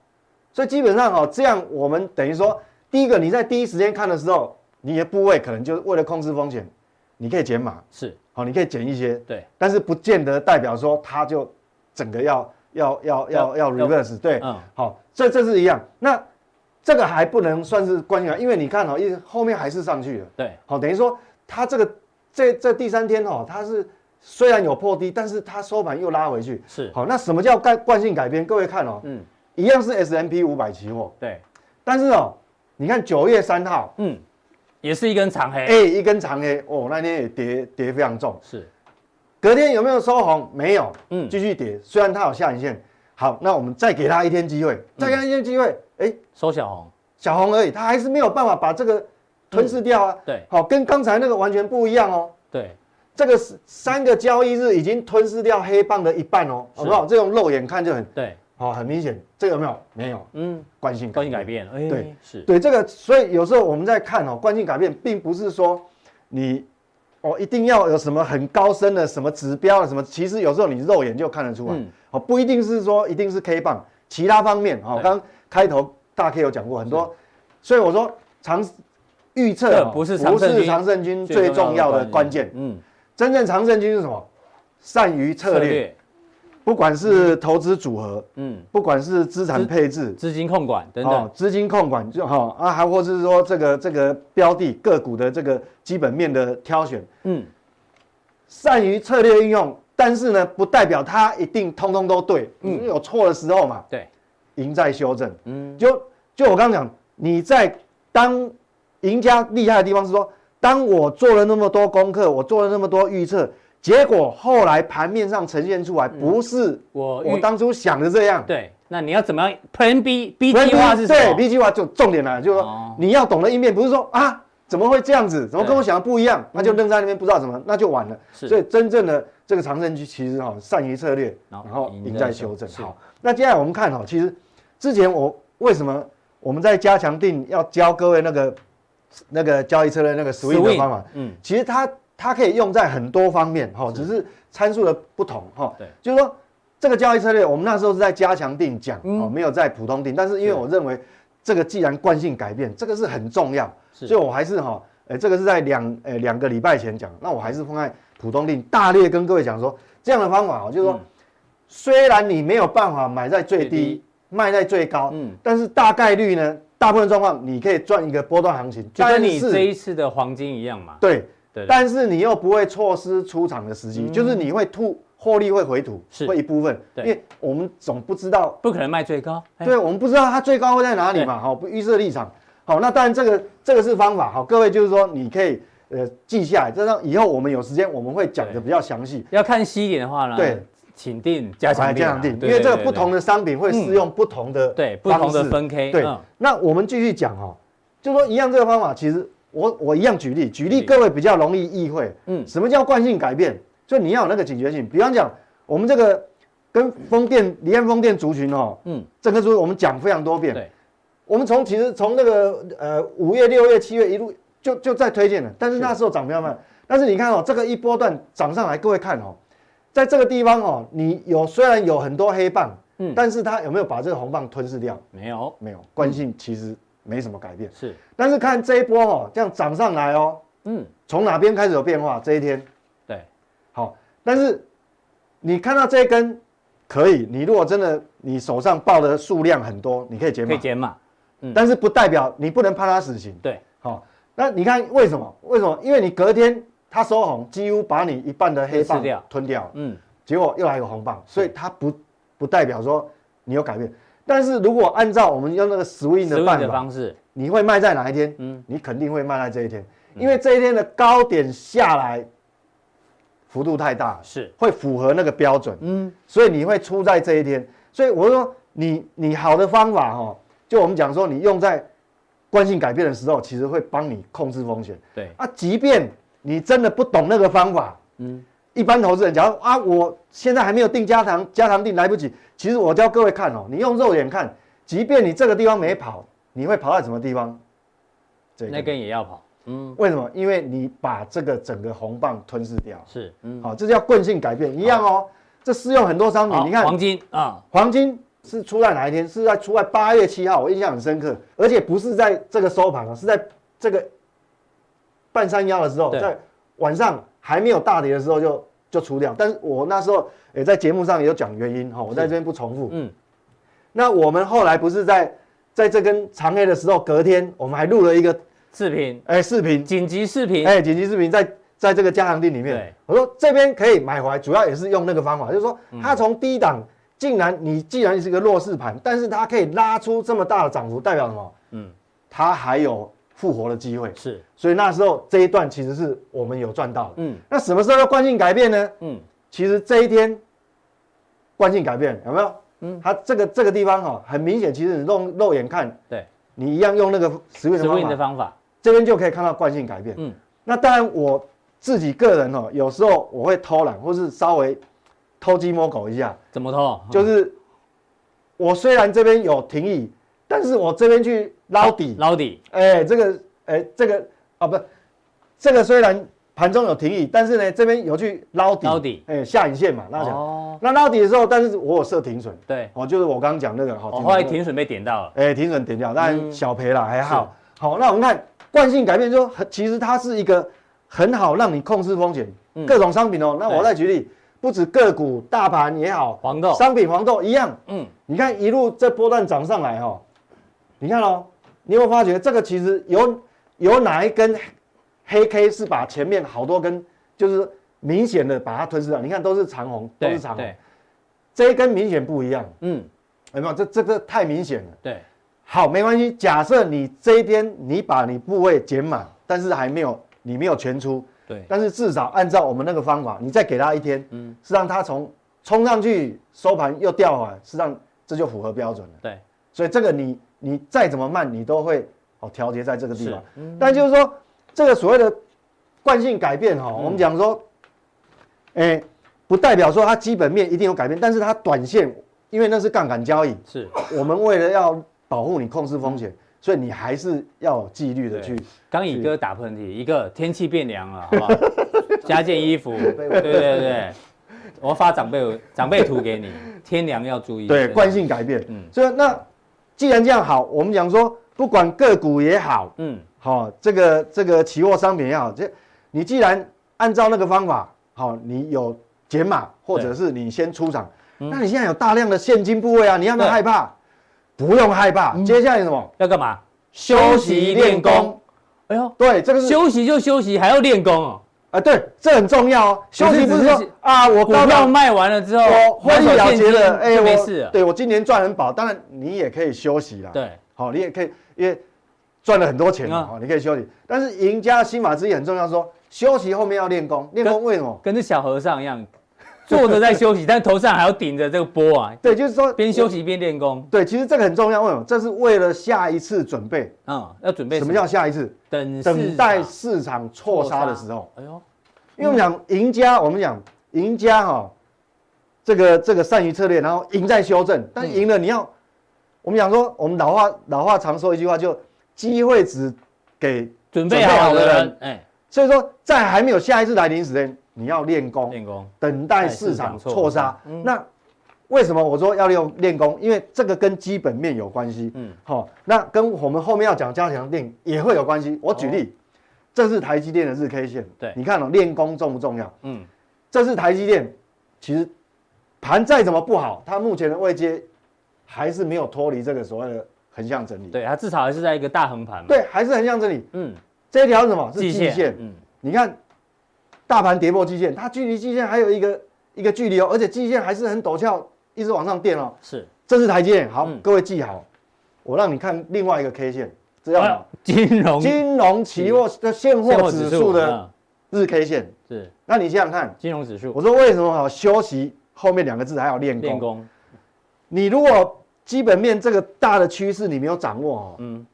[SPEAKER 4] 所以基本上哦，这样我们等于说，第一个你在第一时间看的时候，你的部位可能就是为了控制风险，你可以减码，
[SPEAKER 1] 是
[SPEAKER 4] 好、你可以减一些，
[SPEAKER 1] 对，
[SPEAKER 4] 但是不见得代表说它就整个要要要要要
[SPEAKER 1] 要
[SPEAKER 4] reverse，对，
[SPEAKER 1] 嗯，
[SPEAKER 4] 好，这这是一样。那这个还不能算是关键啊，因为你看哦，一直后面还是上去了。
[SPEAKER 1] 对，
[SPEAKER 4] 好、等于说它这个这这第三天哦，它是虽然有破低，但是它收盘又拉回去。
[SPEAKER 1] 是，
[SPEAKER 4] 好，那什么叫惯惯性改变？各位看哦，
[SPEAKER 1] 嗯，
[SPEAKER 4] 一样是 S M P 五百期货，
[SPEAKER 1] 对，
[SPEAKER 4] 但是哦，你看九月三号，
[SPEAKER 1] 嗯，也是一根长
[SPEAKER 4] 哎、
[SPEAKER 1] 黑，
[SPEAKER 4] 一根长黑，哦，那天也跌跌非常重。
[SPEAKER 1] 是，
[SPEAKER 4] 隔天有没有收红？没有，
[SPEAKER 1] 嗯
[SPEAKER 4] 继续跌。虽然它有下影线，好，那我们再给它一天机会，
[SPEAKER 1] 嗯
[SPEAKER 4] 再给它一天机会，哎、
[SPEAKER 1] 收小红，
[SPEAKER 4] 小红而已，它还是没有办法把这个吞噬掉啊。
[SPEAKER 1] 对
[SPEAKER 4] 好，跟刚才那个完全不一样哦。
[SPEAKER 1] 对，
[SPEAKER 4] 这个是三个交易日已经吞噬掉黑棒的一半哦，
[SPEAKER 1] 是
[SPEAKER 4] 好不好？这种肉眼看就很
[SPEAKER 1] 对，
[SPEAKER 4] 好、很明显。这个有没有？没有
[SPEAKER 1] 嗯，
[SPEAKER 4] 惯性
[SPEAKER 1] 惯性改。变，哎，
[SPEAKER 4] 对，
[SPEAKER 1] 是，
[SPEAKER 4] 对这个，所以有时候我们在看哦，惯性改变并不是说你哦一定要有什么很高深的什么指标了什么，其实有时候你肉眼就看得出来。
[SPEAKER 1] 嗯
[SPEAKER 4] 哦，不一定是说一定是 K 棒，其他方面哦，
[SPEAKER 1] 对
[SPEAKER 4] 刚开头大 K 有讲过很多，所以我说长预测
[SPEAKER 1] 这
[SPEAKER 4] 哦
[SPEAKER 1] 不是常
[SPEAKER 4] 不
[SPEAKER 1] 胜军
[SPEAKER 4] 是常胜军最重要的关键，
[SPEAKER 1] 嗯，
[SPEAKER 4] 真正常胜军是什么？善于策略，，不管是投资组合，
[SPEAKER 1] 嗯，
[SPEAKER 4] 不管是资产
[SPEAKER 1] 资
[SPEAKER 4] 配置，
[SPEAKER 1] 资金控管等
[SPEAKER 4] 哦
[SPEAKER 1] 等，，
[SPEAKER 4] 资金控管就哈、啊，还或是说这个这个标的个股的这个基本面的挑选，
[SPEAKER 1] 嗯，
[SPEAKER 4] 善于策略运用，但是呢，不代表它一定通通都对，嗯，有错的时候嘛，
[SPEAKER 1] 对，
[SPEAKER 4] 赢在修正。
[SPEAKER 1] 嗯，
[SPEAKER 4] 就就我刚刚讲，你在当赢家厉害的地方是说，当我做了那么多功课，我做了那么多预测，结果后来盘面上呈现出来不是
[SPEAKER 1] 嗯我
[SPEAKER 4] 我
[SPEAKER 1] 预
[SPEAKER 4] 当初想的这样。
[SPEAKER 1] 对，那你要怎么样？Plan B，B
[SPEAKER 4] 所以
[SPEAKER 1] 计划是什
[SPEAKER 4] 对
[SPEAKER 1] 么？
[SPEAKER 4] 啊 B 计划就重点来了，就是
[SPEAKER 1] 哦
[SPEAKER 4] 说你要懂得应变，不是说啊怎么会这样子，怎么跟
[SPEAKER 1] 对嗯
[SPEAKER 4] 我想的不一样，那就扔在那边不知道怎么，那就完了。
[SPEAKER 1] 是
[SPEAKER 4] 所以真正的这个长胜区其实哈、哦善于策略，
[SPEAKER 1] 然
[SPEAKER 4] 然
[SPEAKER 1] 后
[SPEAKER 4] 后
[SPEAKER 1] 哦赢
[SPEAKER 4] 赢
[SPEAKER 1] 在
[SPEAKER 4] 在
[SPEAKER 1] 修
[SPEAKER 4] 修
[SPEAKER 1] 正
[SPEAKER 4] 正。
[SPEAKER 1] 是
[SPEAKER 4] 好，那接下来我们看哈、其实之前我为什么我们在加强定要教各位那个那个交易策略那个 swing 的
[SPEAKER 1] Swing，
[SPEAKER 4] 方法，
[SPEAKER 1] 嗯，
[SPEAKER 4] 其实它它可以用在很多方面哈、只是参数的不同哈、
[SPEAKER 1] 对
[SPEAKER 4] 就是说这个交易策略，我们那时候是在加强定讲、
[SPEAKER 1] 嗯
[SPEAKER 4] 哦，没有在普通定，但是因为
[SPEAKER 1] 是
[SPEAKER 4] 我认为这个既然惯性改变，这个是很重要，
[SPEAKER 1] 是
[SPEAKER 4] 所以我还是哈、呃，这个是在两呃两个礼拜前讲，那我还是放在普通定大略跟各位讲说，这样的方法哦，就是说、
[SPEAKER 1] 嗯
[SPEAKER 4] 虽然你没有办法买在最
[SPEAKER 1] 最
[SPEAKER 4] 低
[SPEAKER 1] 低，
[SPEAKER 4] 卖在最高，
[SPEAKER 1] 嗯
[SPEAKER 4] 但是大概率呢，大部分状况你可以赚一个波段行情，
[SPEAKER 1] 就跟
[SPEAKER 4] 但
[SPEAKER 1] 你
[SPEAKER 4] 是
[SPEAKER 1] 这一次的黄金一样嘛，
[SPEAKER 4] 对，
[SPEAKER 1] 对不对，
[SPEAKER 4] 但是你又不会错失出场的时机，就是你会吐获利会回吐，
[SPEAKER 1] 是
[SPEAKER 4] 会一部分，
[SPEAKER 1] 对
[SPEAKER 4] 因为我们总不知道，
[SPEAKER 1] 不可能卖最高，哎
[SPEAKER 4] 对，我们不知道它最高会在哪里嘛，好，不预设立场，好，那当然这个这个是方法，好，各位就是说你可以呃记下来，这样以后我们有时间我们会讲的比较详细，
[SPEAKER 1] 要看细一点的话呢，
[SPEAKER 4] 对，
[SPEAKER 1] 请定加强
[SPEAKER 4] 来
[SPEAKER 1] 定
[SPEAKER 4] 加
[SPEAKER 1] 啊，
[SPEAKER 4] 强定，
[SPEAKER 1] 对
[SPEAKER 4] 因为这个
[SPEAKER 1] 对对嗯
[SPEAKER 4] 不同的商品会适用不同的
[SPEAKER 1] 对不同的
[SPEAKER 4] 方式
[SPEAKER 1] 分 K，
[SPEAKER 4] 对
[SPEAKER 1] 嗯，
[SPEAKER 4] 那我们继续讲哈，就说一样这个方法，其实我我一样举例，举
[SPEAKER 1] 举
[SPEAKER 4] 例
[SPEAKER 1] 例
[SPEAKER 4] 各位比较容易意会。
[SPEAKER 1] 嗯
[SPEAKER 4] 嗯，什么叫惯性改变？就你要有那个警觉性。比方讲，我们这个跟风电离岸风电族群哦，
[SPEAKER 1] 嗯，
[SPEAKER 4] 这个是我们讲非常多遍。
[SPEAKER 1] 对，
[SPEAKER 4] 我们从其实从那个呃五月、六月、七月一路就就在推荐了，但是那时候涨比较慢。但是你看哦，这个一波段涨上来，各位看哦，在这个地方哦，你有虽然有很多黑棒，
[SPEAKER 1] 嗯
[SPEAKER 4] 但是它有没有把这个红棒吞噬掉？
[SPEAKER 1] 没有，
[SPEAKER 4] 没有，惯性其实没什么改变。
[SPEAKER 1] 是，
[SPEAKER 4] 但是看这一波哦，这样涨上来哦，
[SPEAKER 1] 嗯，
[SPEAKER 4] 从哪边开始有变化？这一天
[SPEAKER 1] 对，
[SPEAKER 4] 好，但是你看到这一根可以，你如果真的你手上抱的数量很多，你可以解
[SPEAKER 1] 可以
[SPEAKER 4] 码，
[SPEAKER 1] 减码，
[SPEAKER 4] 但是不代表你不能判他死刑。
[SPEAKER 1] 对，
[SPEAKER 4] 好，那你看为什么？为什么？因为你隔天它收红，几乎把你一半的黑
[SPEAKER 1] 吃
[SPEAKER 4] 棒
[SPEAKER 1] 掉
[SPEAKER 4] 吞掉了，
[SPEAKER 1] 嗯，
[SPEAKER 4] 结果又来个红棒，所以它不不代表说你有改变。但是如果按照我们用那个 swing
[SPEAKER 1] 食
[SPEAKER 4] 的
[SPEAKER 1] 物
[SPEAKER 4] 办
[SPEAKER 1] 的
[SPEAKER 4] 法，
[SPEAKER 1] 方式，
[SPEAKER 4] 你会卖在哪一天？
[SPEAKER 1] 嗯
[SPEAKER 4] 你肯定会卖在这一天，因为这一天的高点下来幅度太大，
[SPEAKER 1] 是，
[SPEAKER 4] 会符合那个标准，
[SPEAKER 1] 嗯，
[SPEAKER 4] 所以你会出在这一天。所以我说你你好的方法哦，就我们讲说你用在惯性改变的时候，其实会帮你控制风险
[SPEAKER 1] 对，
[SPEAKER 4] 啊。即便你真的不懂那个方法，
[SPEAKER 1] 嗯，
[SPEAKER 4] 一般投资人假如啊，我现在还没有定加糖，加糖定来不及。其实我教各位看哦，你用肉眼看，即便你这个地方没跑，你会跑到什么地方？这
[SPEAKER 1] 那根也要跑，
[SPEAKER 4] 嗯，为什么？因为你把这个整个红棒吞噬掉。
[SPEAKER 1] 是，嗯，
[SPEAKER 4] 好，这叫惯性改变，一样哦。这适用很多商品，
[SPEAKER 1] 好
[SPEAKER 4] 你看
[SPEAKER 1] 黄金啊，
[SPEAKER 4] 黄金是出在哪一天？是在出在八月七号，我印象很深刻，而且不是在这个收盘哦，是在这个半山腰的时候，
[SPEAKER 1] 对
[SPEAKER 4] 在晚上还没有大跌的时候就就出掉。但是我那时候也在节目上也有讲原因哈，我在这边不重复。
[SPEAKER 1] 嗯，
[SPEAKER 4] 那我们后来不是在在这根长黑的时候，隔天我们还录了一个
[SPEAKER 1] 视频，
[SPEAKER 4] 哎、视频，
[SPEAKER 1] 紧急视频，
[SPEAKER 4] 哎、剪辑视频在在这个加强定里面
[SPEAKER 1] 对，
[SPEAKER 4] 我说这边可以买回来，主要也是用那个方法，就是说它从低档，竟然你既然是一个弱势盘，但是它可以拉出这么大的涨幅，代表什么？
[SPEAKER 1] 嗯，
[SPEAKER 4] 它还有复活的机会，
[SPEAKER 1] 是，
[SPEAKER 4] 所以那时候这一段其实是我们有赚到的。
[SPEAKER 1] 嗯
[SPEAKER 4] 那什么时候叫惯性改变呢？
[SPEAKER 1] 嗯，
[SPEAKER 4] 其实这一天惯性改变有没有？嗯，它这个这个地方哈、哦，很明显，其实你肉肉眼看，
[SPEAKER 1] 对
[SPEAKER 4] 你一样用那个实运的方
[SPEAKER 1] ，swing
[SPEAKER 4] 法
[SPEAKER 1] 的，方法，
[SPEAKER 4] 这边就可以看到惯性改变。
[SPEAKER 1] 嗯，
[SPEAKER 4] 那当然我自己个人哦，有时候我会偷懒，或是稍微偷鸡摸狗一下，
[SPEAKER 1] 怎么偷？
[SPEAKER 4] 就是我虽然这边有停椅，但是我这边去捞底，
[SPEAKER 1] 捞底，
[SPEAKER 4] 哎，这个哎这个啊不，这个虽然盘中有停椅，但是呢这边有去捞底，
[SPEAKER 1] 捞底
[SPEAKER 4] 哎下影线嘛，那讲
[SPEAKER 1] 哦，
[SPEAKER 4] 那捞底的时候，但是我有设停损，
[SPEAKER 1] 对，哦
[SPEAKER 4] 哦，就是我刚刚讲那个，好
[SPEAKER 1] 我后来
[SPEAKER 4] 损
[SPEAKER 1] 停损被点到了，
[SPEAKER 4] 哎、停损点掉，当然
[SPEAKER 1] 嗯
[SPEAKER 4] 小赔了，还好。好，那我们看惯性改变就很，其实它是一个很好让你控制风险、
[SPEAKER 1] 嗯
[SPEAKER 4] 各种商品哦。那
[SPEAKER 1] 对
[SPEAKER 4] 我再举例，不止个股、大盘也好，
[SPEAKER 1] 黄豆
[SPEAKER 4] 商品、黄豆一样。
[SPEAKER 1] 嗯，
[SPEAKER 4] 你看一路这波段涨上来哦，你看哦，你有没有发觉这个其实有有哪一根黑 K 是把前面好多根就是明显的把它吞噬掉？你看都是长红，都
[SPEAKER 1] 对
[SPEAKER 4] 是长红
[SPEAKER 1] 对，，
[SPEAKER 4] 这一根明显不一样，
[SPEAKER 1] 嗯
[SPEAKER 4] 有没有？这这个太明显了。
[SPEAKER 1] 对，
[SPEAKER 4] 好，没关系。假设你这一天你把你部位减满，但是还没有你没有全出，
[SPEAKER 1] 对，
[SPEAKER 4] 但是至少按照我们那个方法，你再给他一天，
[SPEAKER 1] 嗯
[SPEAKER 4] 嗯，是让他从冲上去收盘又掉回来，是让这就符合标准了。
[SPEAKER 1] 对，
[SPEAKER 4] 所以这个你你再怎么慢，你都会哦调节在这个地方
[SPEAKER 1] 是。
[SPEAKER 4] 但就是说，这个所谓的惯性改变哈、我们讲说，哎、不代表说它基本面一定有改变，但是它短线因为那是杠杆交易，
[SPEAKER 1] 是
[SPEAKER 4] 我们为了要保护你控制风险，所以你还是要有纪律的去。
[SPEAKER 1] 刚乙哥打喷嚏，一个天气变凉
[SPEAKER 4] (laughs)
[SPEAKER 1] 了，好不好？加件衣服，对对对，我发长辈长辈图
[SPEAKER 4] (laughs)
[SPEAKER 1] 给你，天凉要注意。
[SPEAKER 4] 对
[SPEAKER 1] 真的
[SPEAKER 4] 惯，性改变。
[SPEAKER 1] 嗯
[SPEAKER 4] 所以那既然这样好，我们讲说，不管个股也好，
[SPEAKER 1] 嗯，
[SPEAKER 4] 好、这个这个期货商品也好，这你既然按照那个方法，好、你有减码或者是你先出场，那你现在有大量的现金部位啊，你要不要
[SPEAKER 1] 对
[SPEAKER 4] 害怕？不用害怕，接下来什么？
[SPEAKER 1] 要干嘛？
[SPEAKER 4] 嗯休息练功。。
[SPEAKER 1] 哎呦，
[SPEAKER 4] 对，这个是
[SPEAKER 1] 休息就休息，还要练功哦。
[SPEAKER 4] 啊，对，这很重要哦。休息不是
[SPEAKER 1] 只是
[SPEAKER 4] 说啊，我
[SPEAKER 1] 股
[SPEAKER 4] 高
[SPEAKER 1] 票
[SPEAKER 4] 票
[SPEAKER 1] 卖完了之后，
[SPEAKER 4] 我
[SPEAKER 1] 拿
[SPEAKER 4] 获利
[SPEAKER 1] 手
[SPEAKER 4] 了
[SPEAKER 1] 现
[SPEAKER 4] 结
[SPEAKER 1] 金
[SPEAKER 4] 了，哎，
[SPEAKER 1] 就没
[SPEAKER 4] 我
[SPEAKER 1] 事了。
[SPEAKER 4] 对我今年赚很饱，当然你也可以休息啦。
[SPEAKER 1] 对，
[SPEAKER 4] 好，你也可以，因为赚了很多钱
[SPEAKER 1] 啊
[SPEAKER 4] 嘛，好，你可以休息。但是赢家心法之一很重要，说休息后面要练功，练功为什么？
[SPEAKER 1] 跟这小和尚一样，坐着在休息，但头上还要顶着这个钵
[SPEAKER 4] (laughs)
[SPEAKER 1] 啊，
[SPEAKER 4] 对，就是说
[SPEAKER 1] 边休。息边练功。
[SPEAKER 4] 对，其实这个很重要，为什么？这是为了下一次准备。
[SPEAKER 1] 嗯，要准备
[SPEAKER 4] 什么叫下一次？
[SPEAKER 1] 等市
[SPEAKER 4] 等
[SPEAKER 1] 场
[SPEAKER 4] 待市场错杀的时候。？
[SPEAKER 1] 哎呦，
[SPEAKER 4] 因为我们讲赢家，我们讲赢家哈、这个这个善于策略，然后赢在修正，
[SPEAKER 1] 嗯
[SPEAKER 4] 但是赢了你要，我们讲说，我们老话老话常说一句话，就机会只给
[SPEAKER 1] 准备好的人，哎，
[SPEAKER 4] 所以说，在还没有下一次来临时间，你要练功，
[SPEAKER 1] 练功。
[SPEAKER 4] 等待市场错杀。
[SPEAKER 1] 嗯
[SPEAKER 4] 那为什么我说要利用练功？因为这个跟基本面有关系。
[SPEAKER 1] 嗯
[SPEAKER 4] 嗯，好、那跟我们后面要讲加强练也会有关系。我举例，这是台积电的日 K 线，
[SPEAKER 1] 对
[SPEAKER 4] 你看哦，练功重不重要？
[SPEAKER 1] 嗯，
[SPEAKER 4] 这是台积电，其实盘再怎么不好，它目前的位阶还是没有脱离这个所谓的横向整理。
[SPEAKER 1] 对，它至少还是在一个大横盘嘛。，
[SPEAKER 4] 对，还是横向整理。
[SPEAKER 1] 嗯，
[SPEAKER 4] 这一条是什么？是季线。
[SPEAKER 1] 嗯，
[SPEAKER 4] 你看，大盘跌破季线，它距离季线还有一个一个距离哦，而且季线还是很陡峭，一直往上垫哦。
[SPEAKER 1] 是。
[SPEAKER 4] 这是台阶，好，
[SPEAKER 1] 嗯
[SPEAKER 4] 各位记好，我让你看另外一个 K 线，这
[SPEAKER 1] 哎
[SPEAKER 4] 样
[SPEAKER 1] 呦金融
[SPEAKER 4] 金融期货的
[SPEAKER 1] 现
[SPEAKER 4] 现货指数的日 K 线。
[SPEAKER 1] 嗯是
[SPEAKER 4] 那你想想看，
[SPEAKER 1] 金融指数
[SPEAKER 4] 我说为什么好休息后面两个字还要练
[SPEAKER 1] 练
[SPEAKER 4] 功？
[SPEAKER 1] 功，
[SPEAKER 4] 你如果基本面这个大的趋势你没有掌握哦，
[SPEAKER 1] 嗯，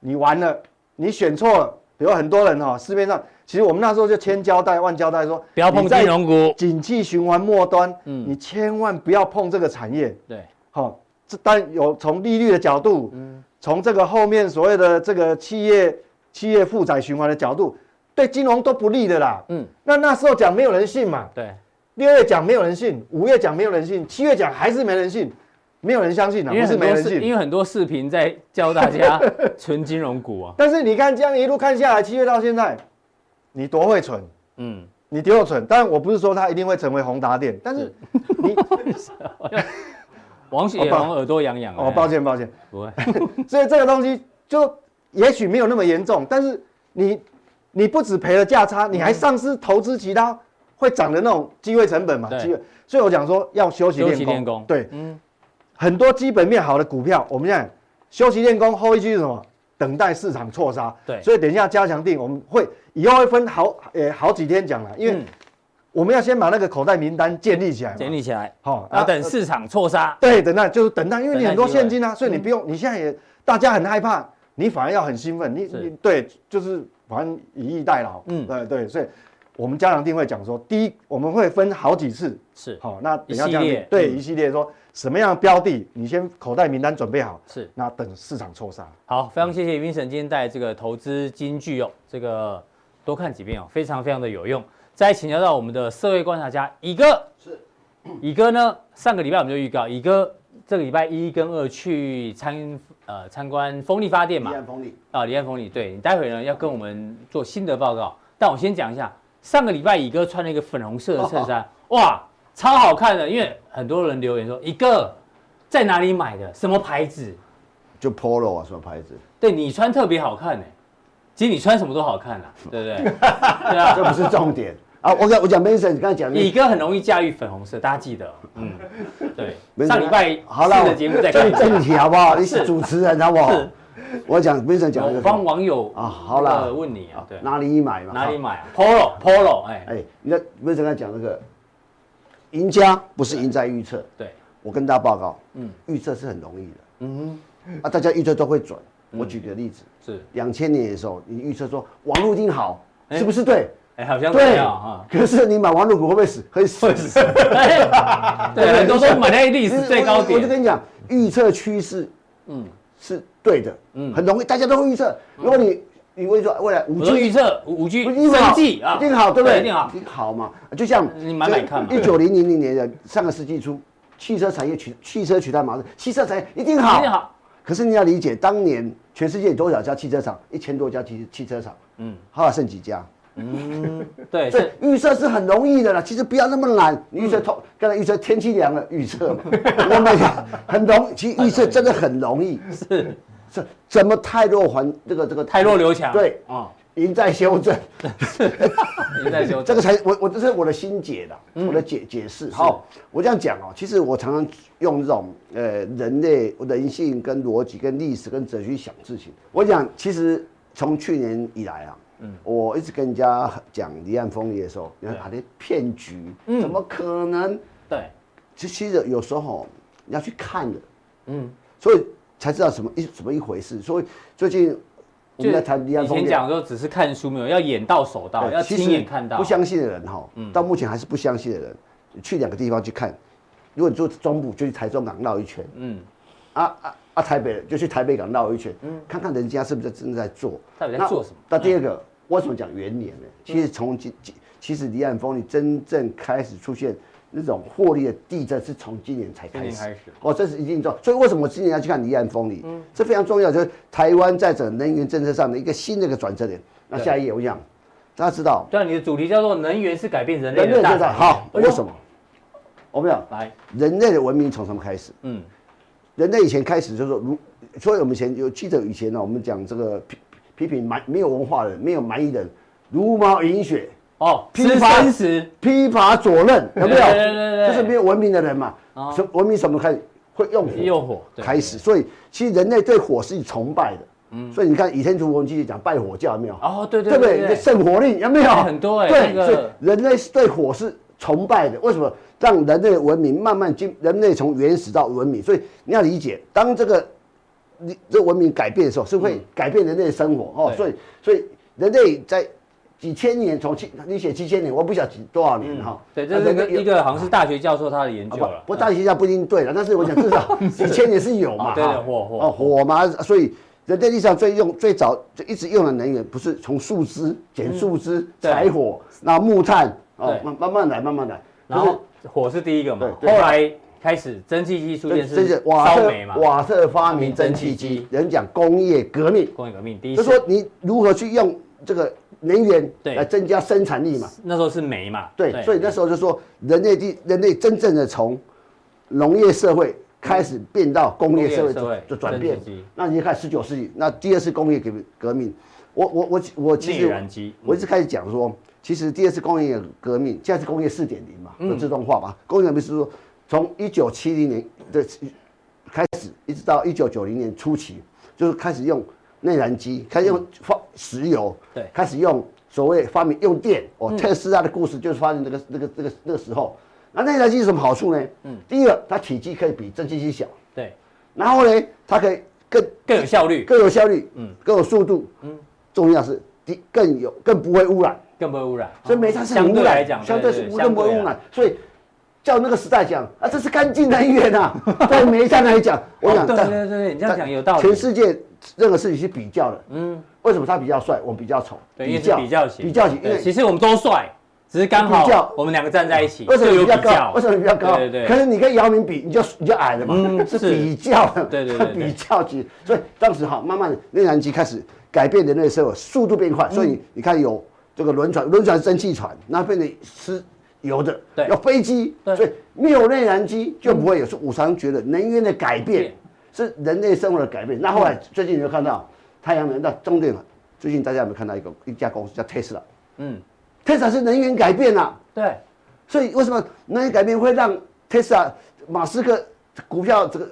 [SPEAKER 4] 你完了，你选错了。有很多人哈、哦，市面上其实我们那时候就千交代万交代说，
[SPEAKER 1] 不要碰
[SPEAKER 4] 你在
[SPEAKER 1] 金融股。
[SPEAKER 4] 景气循环末端，
[SPEAKER 1] 嗯
[SPEAKER 4] 你千万不要碰这个产业。
[SPEAKER 1] 对，
[SPEAKER 4] 好、这当然有从利率的角度，
[SPEAKER 1] 嗯
[SPEAKER 4] 从这个后面所谓的这个企业企业负债循环的角度，对金融都不利的啦。
[SPEAKER 1] 嗯，
[SPEAKER 4] 那那时候讲没有人信嘛，
[SPEAKER 1] 对，
[SPEAKER 4] 六月讲没有人信，五月讲没有人信，七月讲还是没人信，没有人相信啊，
[SPEAKER 1] 因为
[SPEAKER 4] 不是
[SPEAKER 1] 很
[SPEAKER 4] 没
[SPEAKER 1] 多
[SPEAKER 4] 人
[SPEAKER 1] 视，因
[SPEAKER 4] 信。
[SPEAKER 1] 为很多视频在教大家存金融股啊，
[SPEAKER 4] 但是你看这样一路看下来，七月到现在，你多会蠢，
[SPEAKER 1] 嗯，
[SPEAKER 4] 你多有蠢。当然我不是说它一定会成为宏达电，但是
[SPEAKER 1] (laughs)
[SPEAKER 4] 你
[SPEAKER 1] 王雪
[SPEAKER 4] 哦抱
[SPEAKER 1] 红耳朵痒痒的，
[SPEAKER 4] 哦，抱歉抱歉，
[SPEAKER 1] 不会，
[SPEAKER 4] 所以这个东西就也许没有那么严重，但是你你不止赔了价
[SPEAKER 1] 嗯
[SPEAKER 4] 差，你还丧失投资其他会涨的那种机会成本嘛？
[SPEAKER 1] 对
[SPEAKER 4] 机会，所以我讲说要休息
[SPEAKER 1] 休
[SPEAKER 4] 练
[SPEAKER 1] 息
[SPEAKER 4] 功。
[SPEAKER 1] 练功
[SPEAKER 4] 对，
[SPEAKER 1] 嗯，
[SPEAKER 4] 很多基本面好的股票，我们现在休息练功，后一句是什么？等待市场错杀。
[SPEAKER 1] 对
[SPEAKER 4] 所以等一下加强定，我们会以后会分好呃、好几天讲了，因为
[SPEAKER 1] 嗯
[SPEAKER 4] 我们要先把那个口袋名单建立起来嘛。
[SPEAKER 1] 建立啊起来，
[SPEAKER 4] 好，
[SPEAKER 1] 然
[SPEAKER 4] 那
[SPEAKER 1] 后等市场错杀，
[SPEAKER 4] 对，等待就是等待，因为
[SPEAKER 1] 等
[SPEAKER 4] 你
[SPEAKER 1] 待
[SPEAKER 4] 很多
[SPEAKER 1] 机会嗯
[SPEAKER 4] 现金啊，所以你不用，你现在也大家很害怕，你反而要很兴奋，你
[SPEAKER 1] 是
[SPEAKER 4] 你对，就是反正以逸待劳，
[SPEAKER 1] 嗯
[SPEAKER 4] 嗯，对对，所以我们家长定会讲说，第一我们会分好几次，
[SPEAKER 1] 是
[SPEAKER 4] 好，那等一下
[SPEAKER 1] 一系
[SPEAKER 4] 这样
[SPEAKER 1] 列
[SPEAKER 4] 定对
[SPEAKER 1] 嗯
[SPEAKER 4] 一系列说什么样的标的，你先口袋名单准备好，
[SPEAKER 1] 是。
[SPEAKER 4] 那等市场错杀，
[SPEAKER 1] 好，非常谢谢 Vincent 今天带来这个投资金句哦，这个多看几遍哦，非常非常的有用。再请教到我们的社会观察家乙哥，是乙哥呢，上个礼拜我们就预告，乙哥这个礼拜一跟二去参呃参观风力发电嘛
[SPEAKER 2] 离，岸风力
[SPEAKER 1] 啊，离岸风力，对你待会呢要跟我们做心得报告，但我先讲一下，上个礼拜乙哥穿了一个粉红色的衬衫，哇，超好看的，因为很多人留言说乙哥在哪里买的，什么牌子？
[SPEAKER 2] 就 Polo 啊，什么牌子？
[SPEAKER 1] 对你穿特别好看呢、其实你穿什么都好看
[SPEAKER 2] (laughs)
[SPEAKER 1] 啦，对不对？对
[SPEAKER 2] 这
[SPEAKER 1] 啊，
[SPEAKER 2] 不是重点啊！我讲我讲 Mason，你刚才讲
[SPEAKER 1] 乙哥很容易驾驭粉红色，大家记
[SPEAKER 2] (laughs)
[SPEAKER 1] 得，嗯，对。
[SPEAKER 2] Mason，
[SPEAKER 1] 上礼拜
[SPEAKER 2] 好了，
[SPEAKER 1] 四的节目在看一
[SPEAKER 2] 正
[SPEAKER 1] 下，
[SPEAKER 2] 正题好不好？你是主持人好不好？我讲 Mason 讲
[SPEAKER 1] 我
[SPEAKER 2] 的
[SPEAKER 1] 帮网友
[SPEAKER 2] 啊好啦
[SPEAKER 1] 呃问你啊，对，
[SPEAKER 2] 哪里买嘛？
[SPEAKER 1] 哪里买啊？Polo Polo，哎，
[SPEAKER 2] 哎，你看 Mason 刚才讲那个，赢家不是赢在预测，
[SPEAKER 1] 对，
[SPEAKER 2] 我跟大家报告，
[SPEAKER 1] 嗯
[SPEAKER 2] 嗯，预测是很容易的
[SPEAKER 1] 嗯
[SPEAKER 2] 啊，大家预测都会准。我举个例子，
[SPEAKER 1] 哼，是，
[SPEAKER 2] 两千年的时候，你预测说网络一定好，
[SPEAKER 1] 哎
[SPEAKER 2] 是不是对？
[SPEAKER 1] 哎，好像对
[SPEAKER 2] 对
[SPEAKER 1] 啊，
[SPEAKER 2] 可是你买网络股会不会死？会死。
[SPEAKER 1] 哈，哎 (laughs) 对，很多都买在历
[SPEAKER 2] 历
[SPEAKER 1] 史最高
[SPEAKER 2] 我就跟
[SPEAKER 1] 点，
[SPEAKER 2] 你讲，预测趋势，嗯，是对的，嗯，很容易，大家都会预测。
[SPEAKER 1] 嗯
[SPEAKER 2] 如果你你会说未来五
[SPEAKER 1] 我说
[SPEAKER 2] G
[SPEAKER 1] 预测五五 G
[SPEAKER 2] 一定
[SPEAKER 1] 生
[SPEAKER 2] 好，
[SPEAKER 1] 计啊，
[SPEAKER 2] 一定好，对不对？
[SPEAKER 1] 一定好
[SPEAKER 2] 一，定好嘛。就像
[SPEAKER 1] 你买买看嘛
[SPEAKER 2] 一九零零零年的上个世纪初，汽车产业取汽车取代马车，汽车产业一定好，
[SPEAKER 1] 一定好。
[SPEAKER 2] 可是你要理解，当年全世界有多少家汽车厂？一千多家汽汽车厂，嗯，还有剩几家？
[SPEAKER 1] 对，
[SPEAKER 2] 所以
[SPEAKER 1] 是
[SPEAKER 2] 预测是很容易的啦，其实不要那么
[SPEAKER 1] 嗯
[SPEAKER 2] 懒。你预测透，刚才预测天气凉了，预测嘛， (laughs) 我们讲很容易，其实预测真的很容易，
[SPEAKER 1] 是
[SPEAKER 2] 是怎么太弱还这个这个
[SPEAKER 1] 太弱留强，
[SPEAKER 2] 对，
[SPEAKER 1] 啊，
[SPEAKER 2] 赢在修正，
[SPEAKER 1] 你在修
[SPEAKER 2] 这个才我我这是我的心解的，
[SPEAKER 1] 嗯
[SPEAKER 2] 我的解解释。好，我这样讲哦，其实我常常用这种呃人类人性跟逻辑跟历史跟哲学去想事情。我讲，其实从去年以来啊。
[SPEAKER 1] 嗯
[SPEAKER 2] 我一直跟人家讲离岸风力的时候，有人把那骗局，
[SPEAKER 1] 嗯
[SPEAKER 2] 怎么可能？
[SPEAKER 1] 对，
[SPEAKER 2] 其其实有时候哦你要去看的，
[SPEAKER 1] 嗯，
[SPEAKER 2] 所以才知道什么一怎么一回事。所以最近我
[SPEAKER 1] 就
[SPEAKER 2] 们在谈离岸
[SPEAKER 1] 以
[SPEAKER 2] 风
[SPEAKER 1] 前
[SPEAKER 2] 力，
[SPEAKER 1] 讲说只是看书没有，要眼到手到，
[SPEAKER 2] 对
[SPEAKER 1] 要
[SPEAKER 2] 哎呃其
[SPEAKER 1] 亲
[SPEAKER 2] 实
[SPEAKER 1] 眼看到。嗯
[SPEAKER 2] 不相信的人哈，到目前还是不相信的人，去两个地方去看。如果你住中部，就去台中港绕一圈
[SPEAKER 1] 嗯，
[SPEAKER 2] 啊啊啊！台北就去台北港绕一圈，看看人家是不是真的在做。
[SPEAKER 1] 到底在
[SPEAKER 2] 那
[SPEAKER 1] 做什么？嗯
[SPEAKER 2] 那第二个，为什么讲元年呢？其实从今今其实离岸风力真正开始出现那种获利的地震，是从今年才
[SPEAKER 1] 今
[SPEAKER 2] 开
[SPEAKER 1] 年
[SPEAKER 2] 始。
[SPEAKER 1] 开始，
[SPEAKER 2] 哦，这是一定重要。所以为什么我今年要去看离岸风力？
[SPEAKER 1] 嗯
[SPEAKER 2] 这非常重要，就是台湾在整个能源政策上的一个新的一个转折点。那
[SPEAKER 1] 对
[SPEAKER 2] 下一页，我想大家知道
[SPEAKER 1] 对啊，你的主题叫做“能源是改变人类
[SPEAKER 2] 人类
[SPEAKER 1] 的大
[SPEAKER 2] 政策
[SPEAKER 1] 产业”。
[SPEAKER 2] 好，
[SPEAKER 1] 哎呦
[SPEAKER 2] 为什么？我们讲
[SPEAKER 1] 来，
[SPEAKER 2] 人类的文明从什么开始？
[SPEAKER 1] 嗯，
[SPEAKER 2] 人类以前开始就是说如，所以我们以前有记得以前呢，我们讲这个批批评蛮没有文化的人，没有蛮夷的人，茹毛饮血，
[SPEAKER 1] 哦，
[SPEAKER 2] 批
[SPEAKER 1] 吃
[SPEAKER 2] 发
[SPEAKER 1] 三十，
[SPEAKER 2] 批法左任，有没有？
[SPEAKER 1] 对对对对
[SPEAKER 2] 就是没有文明的人嘛。
[SPEAKER 1] 哦
[SPEAKER 2] 什文明什么开始会用火？
[SPEAKER 1] 用火对
[SPEAKER 2] 开始，所以其实人类对火是崇拜的。所以你看《倚天屠龙记》讲拜火教有没有？
[SPEAKER 1] 嗯哦，对
[SPEAKER 2] 对
[SPEAKER 1] 对
[SPEAKER 2] 不
[SPEAKER 1] 对
[SPEAKER 2] 对？圣火令有没有？
[SPEAKER 1] 哎很多哎那
[SPEAKER 2] 对，
[SPEAKER 1] 个
[SPEAKER 2] 所以人类是对火是崇拜的。为什么让人类的文明慢慢进？人类从原始到文明，所以你要理解，当这个你这文明改变的时候，是会改变人类的生活哦。
[SPEAKER 1] 嗯对
[SPEAKER 2] 所以，所以人类在几千年从七，你写七千年，我不晓得几多少年哈。
[SPEAKER 1] 嗯对，这是
[SPEAKER 2] 啊那
[SPEAKER 1] 一个
[SPEAKER 2] 人类
[SPEAKER 1] 一个好像是大学教授他的研
[SPEAKER 2] 好
[SPEAKER 1] 究
[SPEAKER 2] 啊不好
[SPEAKER 1] 了。
[SPEAKER 2] (laughs)
[SPEAKER 1] (laughs)
[SPEAKER 2] 不过大学家不一定对了，但是我想至少几千年是有嘛，
[SPEAKER 1] 哦对对
[SPEAKER 2] 哈
[SPEAKER 1] 火火
[SPEAKER 2] 哦火嘛，所以人类历史上最用最早就一直用的能源，不是从树枝捡树枝、
[SPEAKER 1] 嗯对
[SPEAKER 2] 柴火，然后木炭哦
[SPEAKER 1] 对，
[SPEAKER 2] 慢慢慢来，慢慢来。
[SPEAKER 1] 然后火是第一个嘛，后
[SPEAKER 2] 对对
[SPEAKER 1] 来开始蒸汽机出
[SPEAKER 2] 就是
[SPEAKER 1] 现
[SPEAKER 2] 这
[SPEAKER 1] 是
[SPEAKER 2] 是瓦
[SPEAKER 1] 烧
[SPEAKER 2] 特
[SPEAKER 1] 煤嘛，
[SPEAKER 2] 瓦特发明蒸
[SPEAKER 1] 蒸汽
[SPEAKER 2] 汽
[SPEAKER 1] 机
[SPEAKER 2] 机，人讲工业革命，
[SPEAKER 1] 工业革命第一
[SPEAKER 2] 就
[SPEAKER 1] 次，
[SPEAKER 2] 说你如何去用这个能源
[SPEAKER 1] 对
[SPEAKER 2] 来增加生产力嘛。
[SPEAKER 1] 那时候是煤嘛，
[SPEAKER 2] 对，所以那时候就说人类第人类真正的从农业社会开始变到工业社
[SPEAKER 1] 工业社会
[SPEAKER 2] 会就转变
[SPEAKER 1] 蒸汽机。那
[SPEAKER 2] 那你看十九世纪，那第二次工业革革命，我我我我其
[SPEAKER 1] 内
[SPEAKER 2] 实
[SPEAKER 1] 燃机
[SPEAKER 2] 我一直开始讲说，其实第二次工业革命，现在是工业四点零嘛，
[SPEAKER 1] 嗯
[SPEAKER 2] 有自动化嘛。工业革命是说从一九七零年的开始，一直到一九九零年初期，就是开始用内燃机，开始用发石油，
[SPEAKER 1] 对嗯
[SPEAKER 2] 开始用所谓发明用电。哦，特斯拉的故事就是发生这个那个那个那个时候。那内燃机有什么好处呢？嗯，第一个，它体积可以比蒸汽机小，
[SPEAKER 1] 对
[SPEAKER 2] 然后呢，它可以更
[SPEAKER 1] 更有效率，
[SPEAKER 2] 更有效率，嗯，更有速度，嗯，重要是第更有更不会污染。
[SPEAKER 1] 更不会污染，
[SPEAKER 2] 所以煤炭是很
[SPEAKER 1] 哦相
[SPEAKER 2] 污
[SPEAKER 1] 对
[SPEAKER 2] 染，
[SPEAKER 1] 来讲，
[SPEAKER 2] 相对是
[SPEAKER 1] 对
[SPEAKER 2] 无更不会污。
[SPEAKER 1] 相对
[SPEAKER 2] 染
[SPEAKER 1] 啊。
[SPEAKER 2] 所以叫那个时代讲啊，这是干净能源啊，
[SPEAKER 1] (laughs)
[SPEAKER 2] 在煤炭来讲，我
[SPEAKER 1] 哦
[SPEAKER 2] 想
[SPEAKER 1] 对
[SPEAKER 2] 在
[SPEAKER 1] 对对对你这样
[SPEAKER 2] 在
[SPEAKER 1] 讲有道理
[SPEAKER 2] 全世界任何事情是比较的，嗯，为什么他比较帅，我比较丑？
[SPEAKER 1] 对，因为是比较型，
[SPEAKER 2] 比较型，因
[SPEAKER 1] 对
[SPEAKER 2] 为
[SPEAKER 1] 其实我们都帅，只是刚
[SPEAKER 2] 比
[SPEAKER 1] 好
[SPEAKER 2] 较
[SPEAKER 1] 我们两个站在一起，
[SPEAKER 2] 为什么
[SPEAKER 1] 就
[SPEAKER 2] 你
[SPEAKER 1] 有
[SPEAKER 2] 比较
[SPEAKER 1] 比
[SPEAKER 2] 高
[SPEAKER 1] 较？？
[SPEAKER 2] 为什么你比较高？
[SPEAKER 1] 对对
[SPEAKER 2] 可
[SPEAKER 1] 对，
[SPEAKER 2] 是你跟姚明比，你就你就矮了嘛，
[SPEAKER 1] 嗯
[SPEAKER 2] (laughs) 是
[SPEAKER 1] 是
[SPEAKER 2] 比较的。
[SPEAKER 1] 对对对对
[SPEAKER 2] (laughs) 比较级。所以当时哈，慢慢的内燃机开始改变人类社会，速度变快，所
[SPEAKER 1] 嗯
[SPEAKER 2] 以你看有这个轮船，轮船是蒸汽船，那变成是油的，
[SPEAKER 1] 对
[SPEAKER 2] 有飞机，
[SPEAKER 1] 对
[SPEAKER 2] 所以没有内燃机就不会有。所以我常觉得能源的改
[SPEAKER 1] 变嗯
[SPEAKER 2] 变是人类生活的改变。那后来最近你就看到太阳能，那重点了。最近大家有没有看到一个一家公司叫 Tesla？Tesla
[SPEAKER 1] 嗯，
[SPEAKER 2] 是能源改变啊。
[SPEAKER 1] 对，
[SPEAKER 2] 所以为什么能源改变会让 Tesla 马斯克股票这个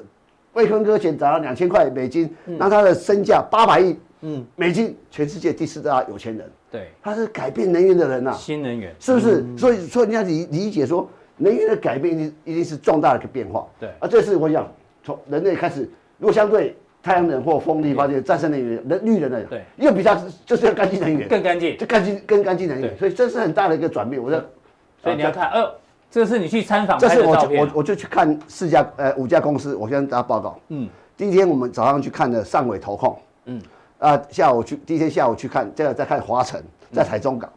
[SPEAKER 2] 魏坤哥钱涨到两千块美金，让他的身价八百亿
[SPEAKER 1] 嗯
[SPEAKER 2] 美金，全世界第四大有钱人，
[SPEAKER 1] 对，
[SPEAKER 2] 他是改变能源的人呐、啊
[SPEAKER 1] 新能源
[SPEAKER 2] 是不是？
[SPEAKER 1] 嗯
[SPEAKER 2] 所以所以你要理理解说，能源的改变一定一定是重大的一个变化。
[SPEAKER 1] 对
[SPEAKER 2] 啊，这是我想从人类开始，如果相对太阳能或风力发电再生能源、人绿能来讲，
[SPEAKER 1] 对
[SPEAKER 2] 又比它就是要干净能源，
[SPEAKER 1] 更干净
[SPEAKER 2] 就。干净更干净能源，
[SPEAKER 1] 对
[SPEAKER 2] 所以这是很大的一个转变。我说，
[SPEAKER 1] 所以你要看，哎呦，这是你去参访
[SPEAKER 2] 这
[SPEAKER 1] 拍
[SPEAKER 2] 是
[SPEAKER 1] 的
[SPEAKER 2] 我
[SPEAKER 1] 照
[SPEAKER 2] 就
[SPEAKER 1] 片
[SPEAKER 2] 我
[SPEAKER 1] 啊，
[SPEAKER 2] 我就去看四家呃五家公司，我先跟大家报告。
[SPEAKER 1] 嗯
[SPEAKER 2] 嗯，第一天我们早上去看的上尾投控，
[SPEAKER 1] 嗯
[SPEAKER 2] 嗯，啊下午去第一天下午去看，这个再看华晨，
[SPEAKER 1] 嗯
[SPEAKER 2] 在台中港，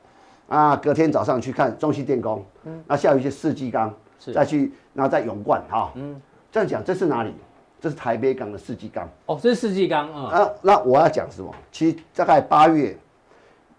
[SPEAKER 2] 啊隔天早上去看中西电工，嗯，那下午去世纪钢
[SPEAKER 1] 是，
[SPEAKER 2] 再去然后再永冠哈，嗯，这样讲这是哪里？这是台北港的世纪钢
[SPEAKER 1] 哦，这是世纪钢啊，
[SPEAKER 2] 啊。那我要讲什么？其实大概八月，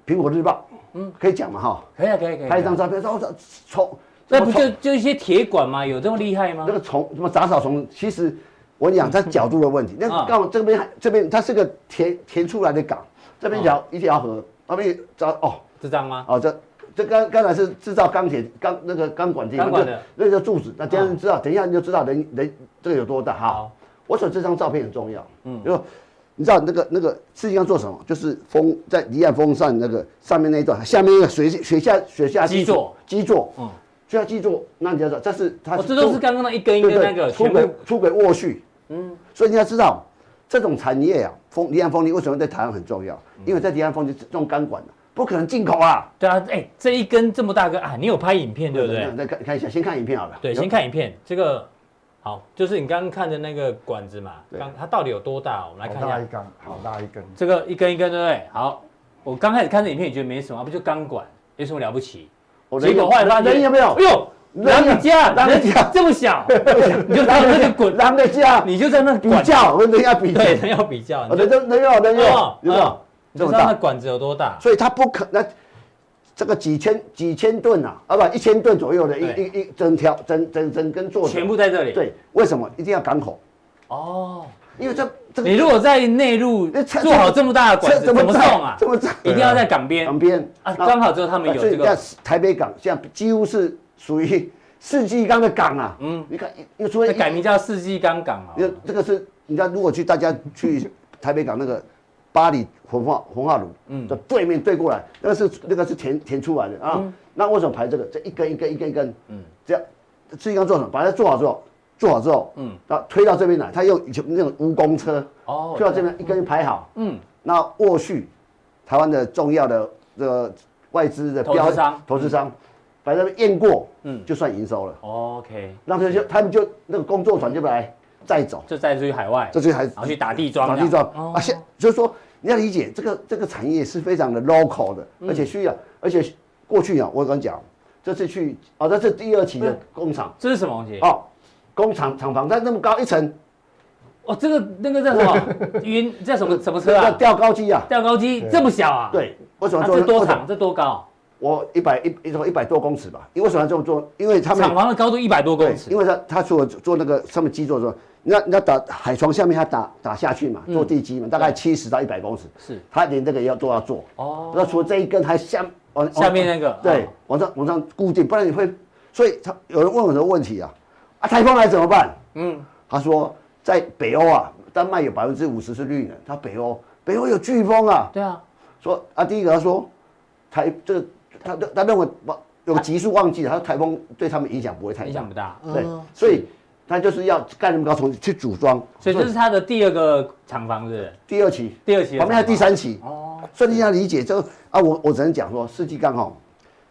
[SPEAKER 2] 苹果日报，嗯，可以讲嘛哈，
[SPEAKER 1] 可以啊，可以可以，
[SPEAKER 2] 拍一张照片，然后从
[SPEAKER 1] 那不就就一些铁管吗？有这么厉害吗
[SPEAKER 2] 那？个虫什么杂草丛，其实我跟你讲它角度的问题。那
[SPEAKER 1] 啊
[SPEAKER 2] 刚好这边这边它是个填填出来的港，这
[SPEAKER 1] 啊
[SPEAKER 2] 边一条一条河，那边找哦
[SPEAKER 1] 这张吗？
[SPEAKER 2] 哦这这刚刚才是制造钢铁钢那个钢管地方，
[SPEAKER 1] 钢管
[SPEAKER 2] 这
[SPEAKER 1] 的啊
[SPEAKER 2] 那叫柱子。那等一下你知道，等一下你就知道人人这个有多大哈
[SPEAKER 1] 好。
[SPEAKER 2] 我说这张照片很重要，嗯，就你知道那个那个世界上做什么？就是风在离岸风扇那个上面那一段，下面那个水水下水下
[SPEAKER 1] 基座
[SPEAKER 2] 基座，
[SPEAKER 1] 嗯
[SPEAKER 2] 嗯，水下基座，那你要知道，这是它
[SPEAKER 1] 哦，这都是刚刚那一根一
[SPEAKER 2] 对
[SPEAKER 1] 根
[SPEAKER 2] 对，
[SPEAKER 1] 那个
[SPEAKER 2] 出
[SPEAKER 1] 全
[SPEAKER 2] 轨
[SPEAKER 1] 部
[SPEAKER 2] 出轨斡旋，嗯，所以你要知道这种产业啊，风离岸风力为什么在台湾很重要？因为在离岸风力这种钢管、啊、不可能进口啊。
[SPEAKER 1] 对啊，哎，这一根这么大根啊，你有拍影片对不对？
[SPEAKER 2] 再看看一下，先看影片好了。
[SPEAKER 1] 对，先。看影片，这个好，就是你刚刚看的那个管子嘛，
[SPEAKER 2] 对哦
[SPEAKER 1] 刚它到底有多大？我们来看
[SPEAKER 4] 好
[SPEAKER 1] 一
[SPEAKER 4] 大一
[SPEAKER 1] 下，
[SPEAKER 4] 根，好大一根。
[SPEAKER 1] 这个一根一根，对不对？好，我刚开始看这影片也觉得没什么，啊不就钢管，有什么了不起？
[SPEAKER 2] 我
[SPEAKER 1] 结果后来发现，
[SPEAKER 2] 人有没有
[SPEAKER 1] 哎？呦，
[SPEAKER 2] 人
[SPEAKER 1] 狼家，
[SPEAKER 2] 狼
[SPEAKER 1] 人
[SPEAKER 2] 人家
[SPEAKER 1] 这么
[SPEAKER 2] (laughs)
[SPEAKER 1] 小，你就哎在那个滚，
[SPEAKER 2] 咱们家
[SPEAKER 1] 你就在那
[SPEAKER 2] 比
[SPEAKER 1] 管，
[SPEAKER 2] 较，我们等一下比较
[SPEAKER 1] 对，，人要比较，
[SPEAKER 2] 哦
[SPEAKER 1] 你就
[SPEAKER 2] 人有人有人有
[SPEAKER 1] 哦，
[SPEAKER 2] 有没有
[SPEAKER 1] 嗯？你
[SPEAKER 2] 这
[SPEAKER 1] 就
[SPEAKER 2] 么
[SPEAKER 1] 知道那
[SPEAKER 2] 大，
[SPEAKER 1] 管子有多大。
[SPEAKER 2] 所以它不可那。这个几千几千吨啊，啊不，一千吨左右的一
[SPEAKER 1] 对
[SPEAKER 2] 一一整条整整整根做的，
[SPEAKER 1] 全部在这里。
[SPEAKER 2] 对，为什么一定要港口？
[SPEAKER 1] 哦，
[SPEAKER 2] 因为这这个
[SPEAKER 1] 你如果在内陆
[SPEAKER 2] 那车
[SPEAKER 1] 做好这么大的管子，
[SPEAKER 2] 这
[SPEAKER 1] 怎
[SPEAKER 2] 怎
[SPEAKER 1] 么
[SPEAKER 2] 么
[SPEAKER 1] 送啊？
[SPEAKER 2] 载怎么载
[SPEAKER 1] 一定要在港边
[SPEAKER 2] 旁边
[SPEAKER 1] 啊，刚好只有他们有
[SPEAKER 2] 所以
[SPEAKER 1] 这
[SPEAKER 2] 你看
[SPEAKER 1] 个。
[SPEAKER 2] 台北港，现在几乎是属于世纪刚的港啊。嗯，你看，又除
[SPEAKER 1] 那
[SPEAKER 2] 了
[SPEAKER 1] 改名叫世纪钢港啊
[SPEAKER 2] 一，，因为这个是你看，如果去大家去台北港那个巴黎文化文化炉，嗯，的对面对过来，那个是那个是填填出来
[SPEAKER 1] 嗯
[SPEAKER 2] 的啊。那为什么排这个？这一根一根一根一根，嗯，这样世纪刚做什么？把它做好之后。做好之后，嗯，然后推到这边来，他用以前那种蜈蚣车，
[SPEAKER 1] 哦
[SPEAKER 2] 推到这边一根排好，
[SPEAKER 1] 嗯，
[SPEAKER 2] 那沃旭，台湾的重要的这个外资的
[SPEAKER 1] 投资商
[SPEAKER 2] 投资商，把他们验过，嗯，就算营收了。
[SPEAKER 1] OK，
[SPEAKER 2] 那他们就他们就那个工作团就来再走，
[SPEAKER 1] 就再出去海外，
[SPEAKER 2] 这就还
[SPEAKER 1] 然后去打地桩这
[SPEAKER 2] 打
[SPEAKER 1] 样，
[SPEAKER 2] 地桩
[SPEAKER 1] 哦
[SPEAKER 2] 啊，现就是说你要理解这个这个产业是非常的 local 的，
[SPEAKER 1] 嗯
[SPEAKER 2] 而且需要，而且过去啊，我跟你讲，这次去啊，这是第二期的
[SPEAKER 1] 嗯
[SPEAKER 2] 工厂
[SPEAKER 1] 这是什么东西？
[SPEAKER 2] 哦，工厂厂房它那么高一层，
[SPEAKER 1] 哦，这个那个叫什
[SPEAKER 2] (laughs)
[SPEAKER 1] 么云？叫什么什么车
[SPEAKER 2] 叫
[SPEAKER 1] 啊？
[SPEAKER 2] 吊高机啊，
[SPEAKER 1] 吊高机这么小啊？，
[SPEAKER 2] 对，为什
[SPEAKER 1] 那
[SPEAKER 2] 么做？
[SPEAKER 1] 这多
[SPEAKER 2] 为什么
[SPEAKER 1] 长？这多高？
[SPEAKER 2] 我一百一一种一百多公尺吧，因为为什么要这么做？因为他们
[SPEAKER 1] 厂房的高度一百多公尺
[SPEAKER 2] 因，为他他做做那个上面基座的时候，你要你要打海床下面，他打打下去
[SPEAKER 1] 嗯
[SPEAKER 2] 嘛，做地基嘛，大概七十到一百公尺，
[SPEAKER 1] 是
[SPEAKER 2] 他连这个也要都要做。
[SPEAKER 1] 哦，
[SPEAKER 2] 那除了这一根还下往
[SPEAKER 1] 下面那个
[SPEAKER 2] 往对
[SPEAKER 1] 哦，
[SPEAKER 2] 往上往上固定，不然你会。所以他有人问我的问题啊，啊，台风来怎么办？
[SPEAKER 1] 嗯，
[SPEAKER 2] 他说在北欧啊，丹麦有百分之五十是绿能，他北欧北欧有飓风啊，
[SPEAKER 1] 对啊，
[SPEAKER 2] 说啊，第一个他说台这个他他认为有个级数忘记了，他说台风对他们影响不会太大，嗯
[SPEAKER 1] 影响不大。
[SPEAKER 2] 对，所以它就是要盖那么高重去组装，
[SPEAKER 1] 所以这是它的第二个厂房，是不是？
[SPEAKER 2] 第二期，
[SPEAKER 1] 第二期的
[SPEAKER 2] 旁边还有第
[SPEAKER 1] 厂
[SPEAKER 2] 三期，哦，所以你要理解这个啊，我我只能讲说，世纪钢哈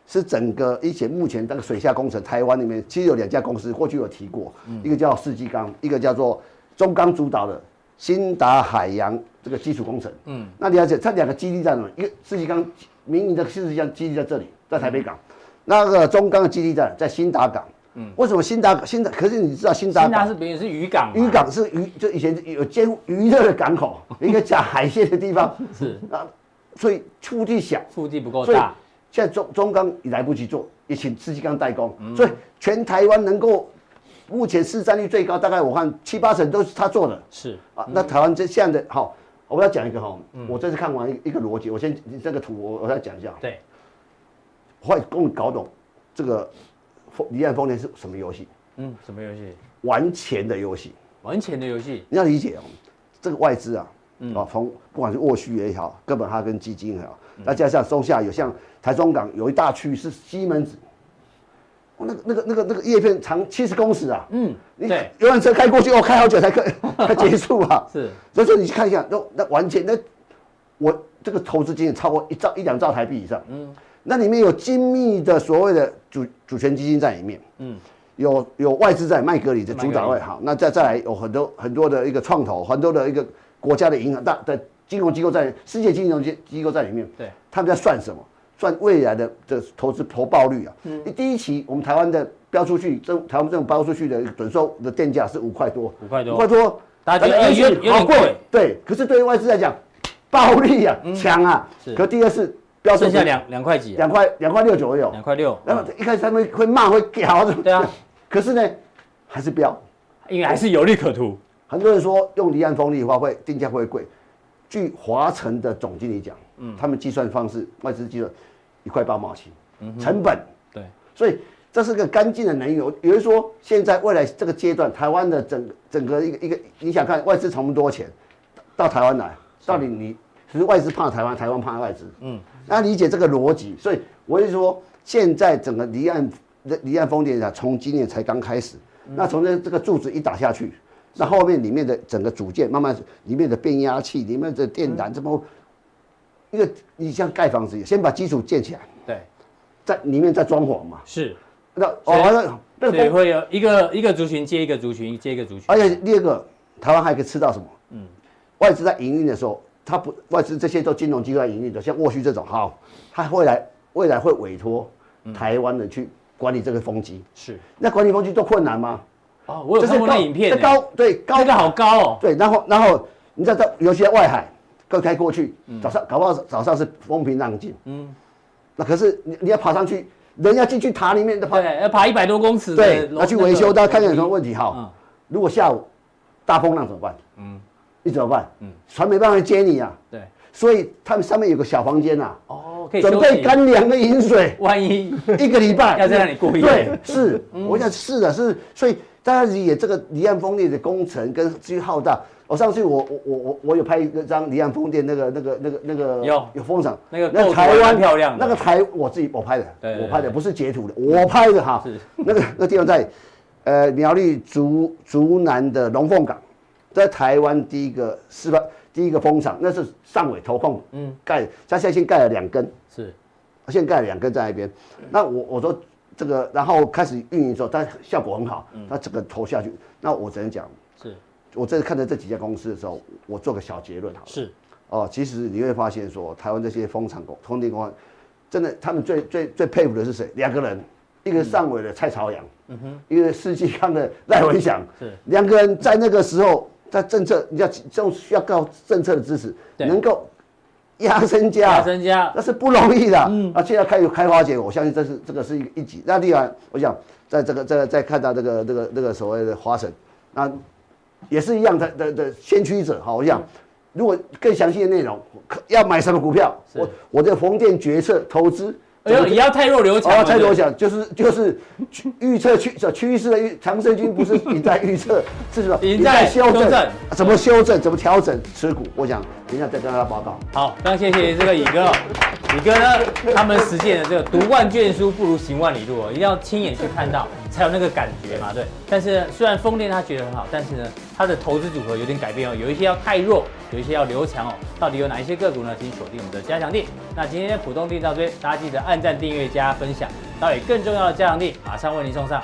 [SPEAKER 2] 是整个一些目前这个水下工程，台湾里面其实有两家公司，过去有提过，
[SPEAKER 1] 嗯
[SPEAKER 2] 一个叫世纪钢，一个叫做中钢主导的新达海洋这个基础工程，嗯，那你要解它两个基地在哪？一个世纪钢民营的世纪钢基地在这里，在台北港，
[SPEAKER 1] 嗯
[SPEAKER 2] 那个中钢的基地在哪在新达港。嗯，为什么新达新达？可是你知道新达
[SPEAKER 1] 房，新
[SPEAKER 2] 港
[SPEAKER 1] 达是别人是渔港嘛，
[SPEAKER 2] 渔港是渔，就以前有兼娱乐的港口，一个假海鲜的地方，
[SPEAKER 1] (laughs) 是
[SPEAKER 2] 啊，所以腹地小，
[SPEAKER 1] 腹地不够
[SPEAKER 2] 所以
[SPEAKER 1] 大，
[SPEAKER 2] 现在中中钢也来不及做，也请世纪钢代工，
[SPEAKER 1] 嗯
[SPEAKER 2] 所以全台湾能够目前市占率最高，大概我看七八成都是他做的
[SPEAKER 1] 是
[SPEAKER 2] 啊。那台湾这现在的好，我要讲一个哈，
[SPEAKER 1] 嗯
[SPEAKER 2] 我这次看完一一个逻辑，我先这个图我我再讲一下，
[SPEAKER 1] 对，
[SPEAKER 2] 我也终于搞懂这个风离岸风电是什么游戏，
[SPEAKER 1] 嗯，什么游戏？
[SPEAKER 2] 玩钱的游戏。
[SPEAKER 1] 玩钱的游戏，
[SPEAKER 2] 你要理解哦，这个外资啊，
[SPEAKER 1] 嗯
[SPEAKER 2] 啊，从不管是沃旭也好，哥本哈根基金也好，
[SPEAKER 1] 嗯
[SPEAKER 2] 那加上中下游，像台中港有一大区是西门子，哦那个那个那个那个叶片长七十公尺啊，
[SPEAKER 1] 嗯，
[SPEAKER 2] 你
[SPEAKER 1] 对，
[SPEAKER 2] 游览车开过去，哦，开好久才开 (laughs) 才结束啊，
[SPEAKER 1] 是
[SPEAKER 2] 所以说你去看一下，那那完全那我这个投资金额超过一兆一两兆台币以上，嗯，那里面有精密的所谓的主主权基金在里面，嗯，有有外资在麦格里的主导
[SPEAKER 1] 麦
[SPEAKER 2] 位，好，那再再来有很多很多的一个创投，很多的一个国家的银行大的金融机构在世界金融机机构在里面，
[SPEAKER 1] 对，
[SPEAKER 2] 他们在算什么？算未来的的投资投报率啊！
[SPEAKER 1] 嗯
[SPEAKER 2] 你第一期我们台湾的标出去，政台湾政府标出去的准收的电价是五块多，
[SPEAKER 1] 五块多
[SPEAKER 2] 五块多，
[SPEAKER 1] 大家觉得
[SPEAKER 2] 哎
[SPEAKER 1] 哎有
[SPEAKER 2] 也许
[SPEAKER 1] 有
[SPEAKER 2] 好
[SPEAKER 1] 点贵嗯
[SPEAKER 2] 贵，对。可是对于外资来讲，暴利啊，强啊
[SPEAKER 1] 是。
[SPEAKER 2] 可第二是标准
[SPEAKER 1] 剩下两两块几啊，
[SPEAKER 2] 两块两块六左右，
[SPEAKER 1] 两块六，
[SPEAKER 2] 然后一开始他们会骂会屌，
[SPEAKER 1] 对啊，
[SPEAKER 2] 可是呢还是标。
[SPEAKER 1] 因为还是有利可图，
[SPEAKER 2] 很多人说用离岸风力的话会定价会贵，据华晨的总经理讲，
[SPEAKER 1] 嗯
[SPEAKER 2] 他们计算方式外资计算一块八毛七，成本，
[SPEAKER 1] 嗯对，
[SPEAKER 2] 所以这是个干净的能源。有有人说现在未来这个阶段，台湾的整个整个一个一个，你想看外资从那么多钱到台湾来，到底你其实外资怕台湾，台湾怕外资，嗯，那理解这个逻辑，所以我就说现在整个离岸离岸风电啊，从今年才刚开始，
[SPEAKER 1] 嗯
[SPEAKER 2] 那从这这个柱子一打下去。那后面里面的整个组件，慢慢里面的变压器、里面的电
[SPEAKER 1] 嗯
[SPEAKER 2] 缆，这么一个你像盖房子一样，先把基础建起来，
[SPEAKER 1] 对，
[SPEAKER 2] 在里面再装潢嘛。
[SPEAKER 1] 是，
[SPEAKER 2] 那
[SPEAKER 1] 所以
[SPEAKER 2] 哦，那那
[SPEAKER 1] 所以
[SPEAKER 2] 个风，
[SPEAKER 1] 会有一个一个族群接一个族群接一个族群，
[SPEAKER 2] 而且第二个，台湾还可以吃到什么？嗯，外资在营运的时候，它不外资这些都金融机构在营运的，像沃旭这种，好，它未来未来会委托
[SPEAKER 1] 嗯
[SPEAKER 2] 台湾人去管理这个风机，
[SPEAKER 1] 是
[SPEAKER 2] 那管理风机都困难吗？
[SPEAKER 1] 哦，我有
[SPEAKER 2] 这是
[SPEAKER 1] 看过那
[SPEAKER 2] 高
[SPEAKER 1] 影片
[SPEAKER 2] 这
[SPEAKER 1] 呢，
[SPEAKER 2] 高对高
[SPEAKER 1] 那个好高哦，
[SPEAKER 2] 对，然后然后你知道，尤其在外海，刚开过去，
[SPEAKER 1] 嗯
[SPEAKER 2] 早上搞不好早上是风平浪静，嗯，那可是你你要爬上去，人要进去塔里面的爬，
[SPEAKER 1] 对，要爬一百多公尺的
[SPEAKER 2] 对，
[SPEAKER 1] 楼
[SPEAKER 2] 要去维修，
[SPEAKER 1] 那
[SPEAKER 2] 大
[SPEAKER 1] 个
[SPEAKER 2] 家看看有什么问题哈
[SPEAKER 1] 嗯。
[SPEAKER 2] 如果下午大风浪怎么办？嗯，你怎么办？嗯，船没办法接你啊，
[SPEAKER 1] 对，
[SPEAKER 2] 所以他们上面有个小房间啊，
[SPEAKER 1] 哦，可以
[SPEAKER 2] 准
[SPEAKER 1] 休
[SPEAKER 2] 备
[SPEAKER 1] 息，
[SPEAKER 2] 干粮跟饮水。
[SPEAKER 1] 万
[SPEAKER 2] (laughs)
[SPEAKER 1] 一
[SPEAKER 2] 一个礼拜
[SPEAKER 1] 要在那里过夜嗯
[SPEAKER 2] 对，是，我想是的，是，所以大家理解这个离岸风力的工程跟至于浩大。我上次我我我我我有拍一个张离岸风电那个那个那个那个
[SPEAKER 1] 有
[SPEAKER 2] 有风场，
[SPEAKER 1] 那个构图还蛮漂亮的
[SPEAKER 2] 那个台我自己我拍的
[SPEAKER 1] 对对，对
[SPEAKER 2] 我拍的不是截图的，我拍的哈
[SPEAKER 1] 是，
[SPEAKER 2] 那个那个地方在呃苗栗竹竹南的龙凤港，在台湾第一个示范第一个风场，那是上尾投控，嗯，盖，他现在先盖了两根。
[SPEAKER 1] 是
[SPEAKER 2] 现盖了两根在那边。那我我说嗯这个，然后开始运营之后，它效果很好，它整个投下去。那我只能讲，
[SPEAKER 1] 是
[SPEAKER 2] 我这次看着这几家公司的时候，我做个小结论好了。
[SPEAKER 1] 是，
[SPEAKER 2] 哦，其实你会发现说，台湾这些风场工、通电工，真的，他们最最最佩服的是谁？两个人，一个是上尾的蔡朝阳，嗯哼，一个是世纪康的赖文祥，
[SPEAKER 1] 是
[SPEAKER 2] 两个人在那个时候，在政策，你要就需要靠政策的支持，
[SPEAKER 1] 对
[SPEAKER 2] 能够压身家，
[SPEAKER 1] 大增加
[SPEAKER 2] 那是不容易的。嗯，啊，现在开有开花结果，我相信这是这个是一个一级。那另外，我想在这个在在看到这个这个这个所谓的花神，那也是一样的的的先驱者哈。我
[SPEAKER 1] 嗯
[SPEAKER 2] 想，如果更详细的内容，可要买什么股票，
[SPEAKER 1] 是
[SPEAKER 2] 我我的逢店决策投资。
[SPEAKER 1] 哎呦，也要太弱留强
[SPEAKER 2] 啊哦
[SPEAKER 1] 了，，
[SPEAKER 2] 蔡
[SPEAKER 1] 对
[SPEAKER 2] 总讲就是就是趋预测趋趋势的预，长生军不是赢在预测，是什么？
[SPEAKER 1] 赢在
[SPEAKER 2] 修
[SPEAKER 1] 修正
[SPEAKER 2] 怎么修正？怎么调整持股？我想等一下再跟大家报告。
[SPEAKER 1] 好，非常谢谢这个乙哥哦。乙哥呢，他们实践的这个读万卷书不如行万里路哦，一定要亲眼去看到才有那个感觉嘛，对。但是呢虽然风电他觉得很好，但是呢，他的投资组合有点改变哦，有一些要太弱，有一些要留强哦。到底有哪一些个股呢？请锁定我们的加强定。那今天的浦东地到这边，大家记得按赞、订阅、加分享。那也更重要的加强定，马上为您送上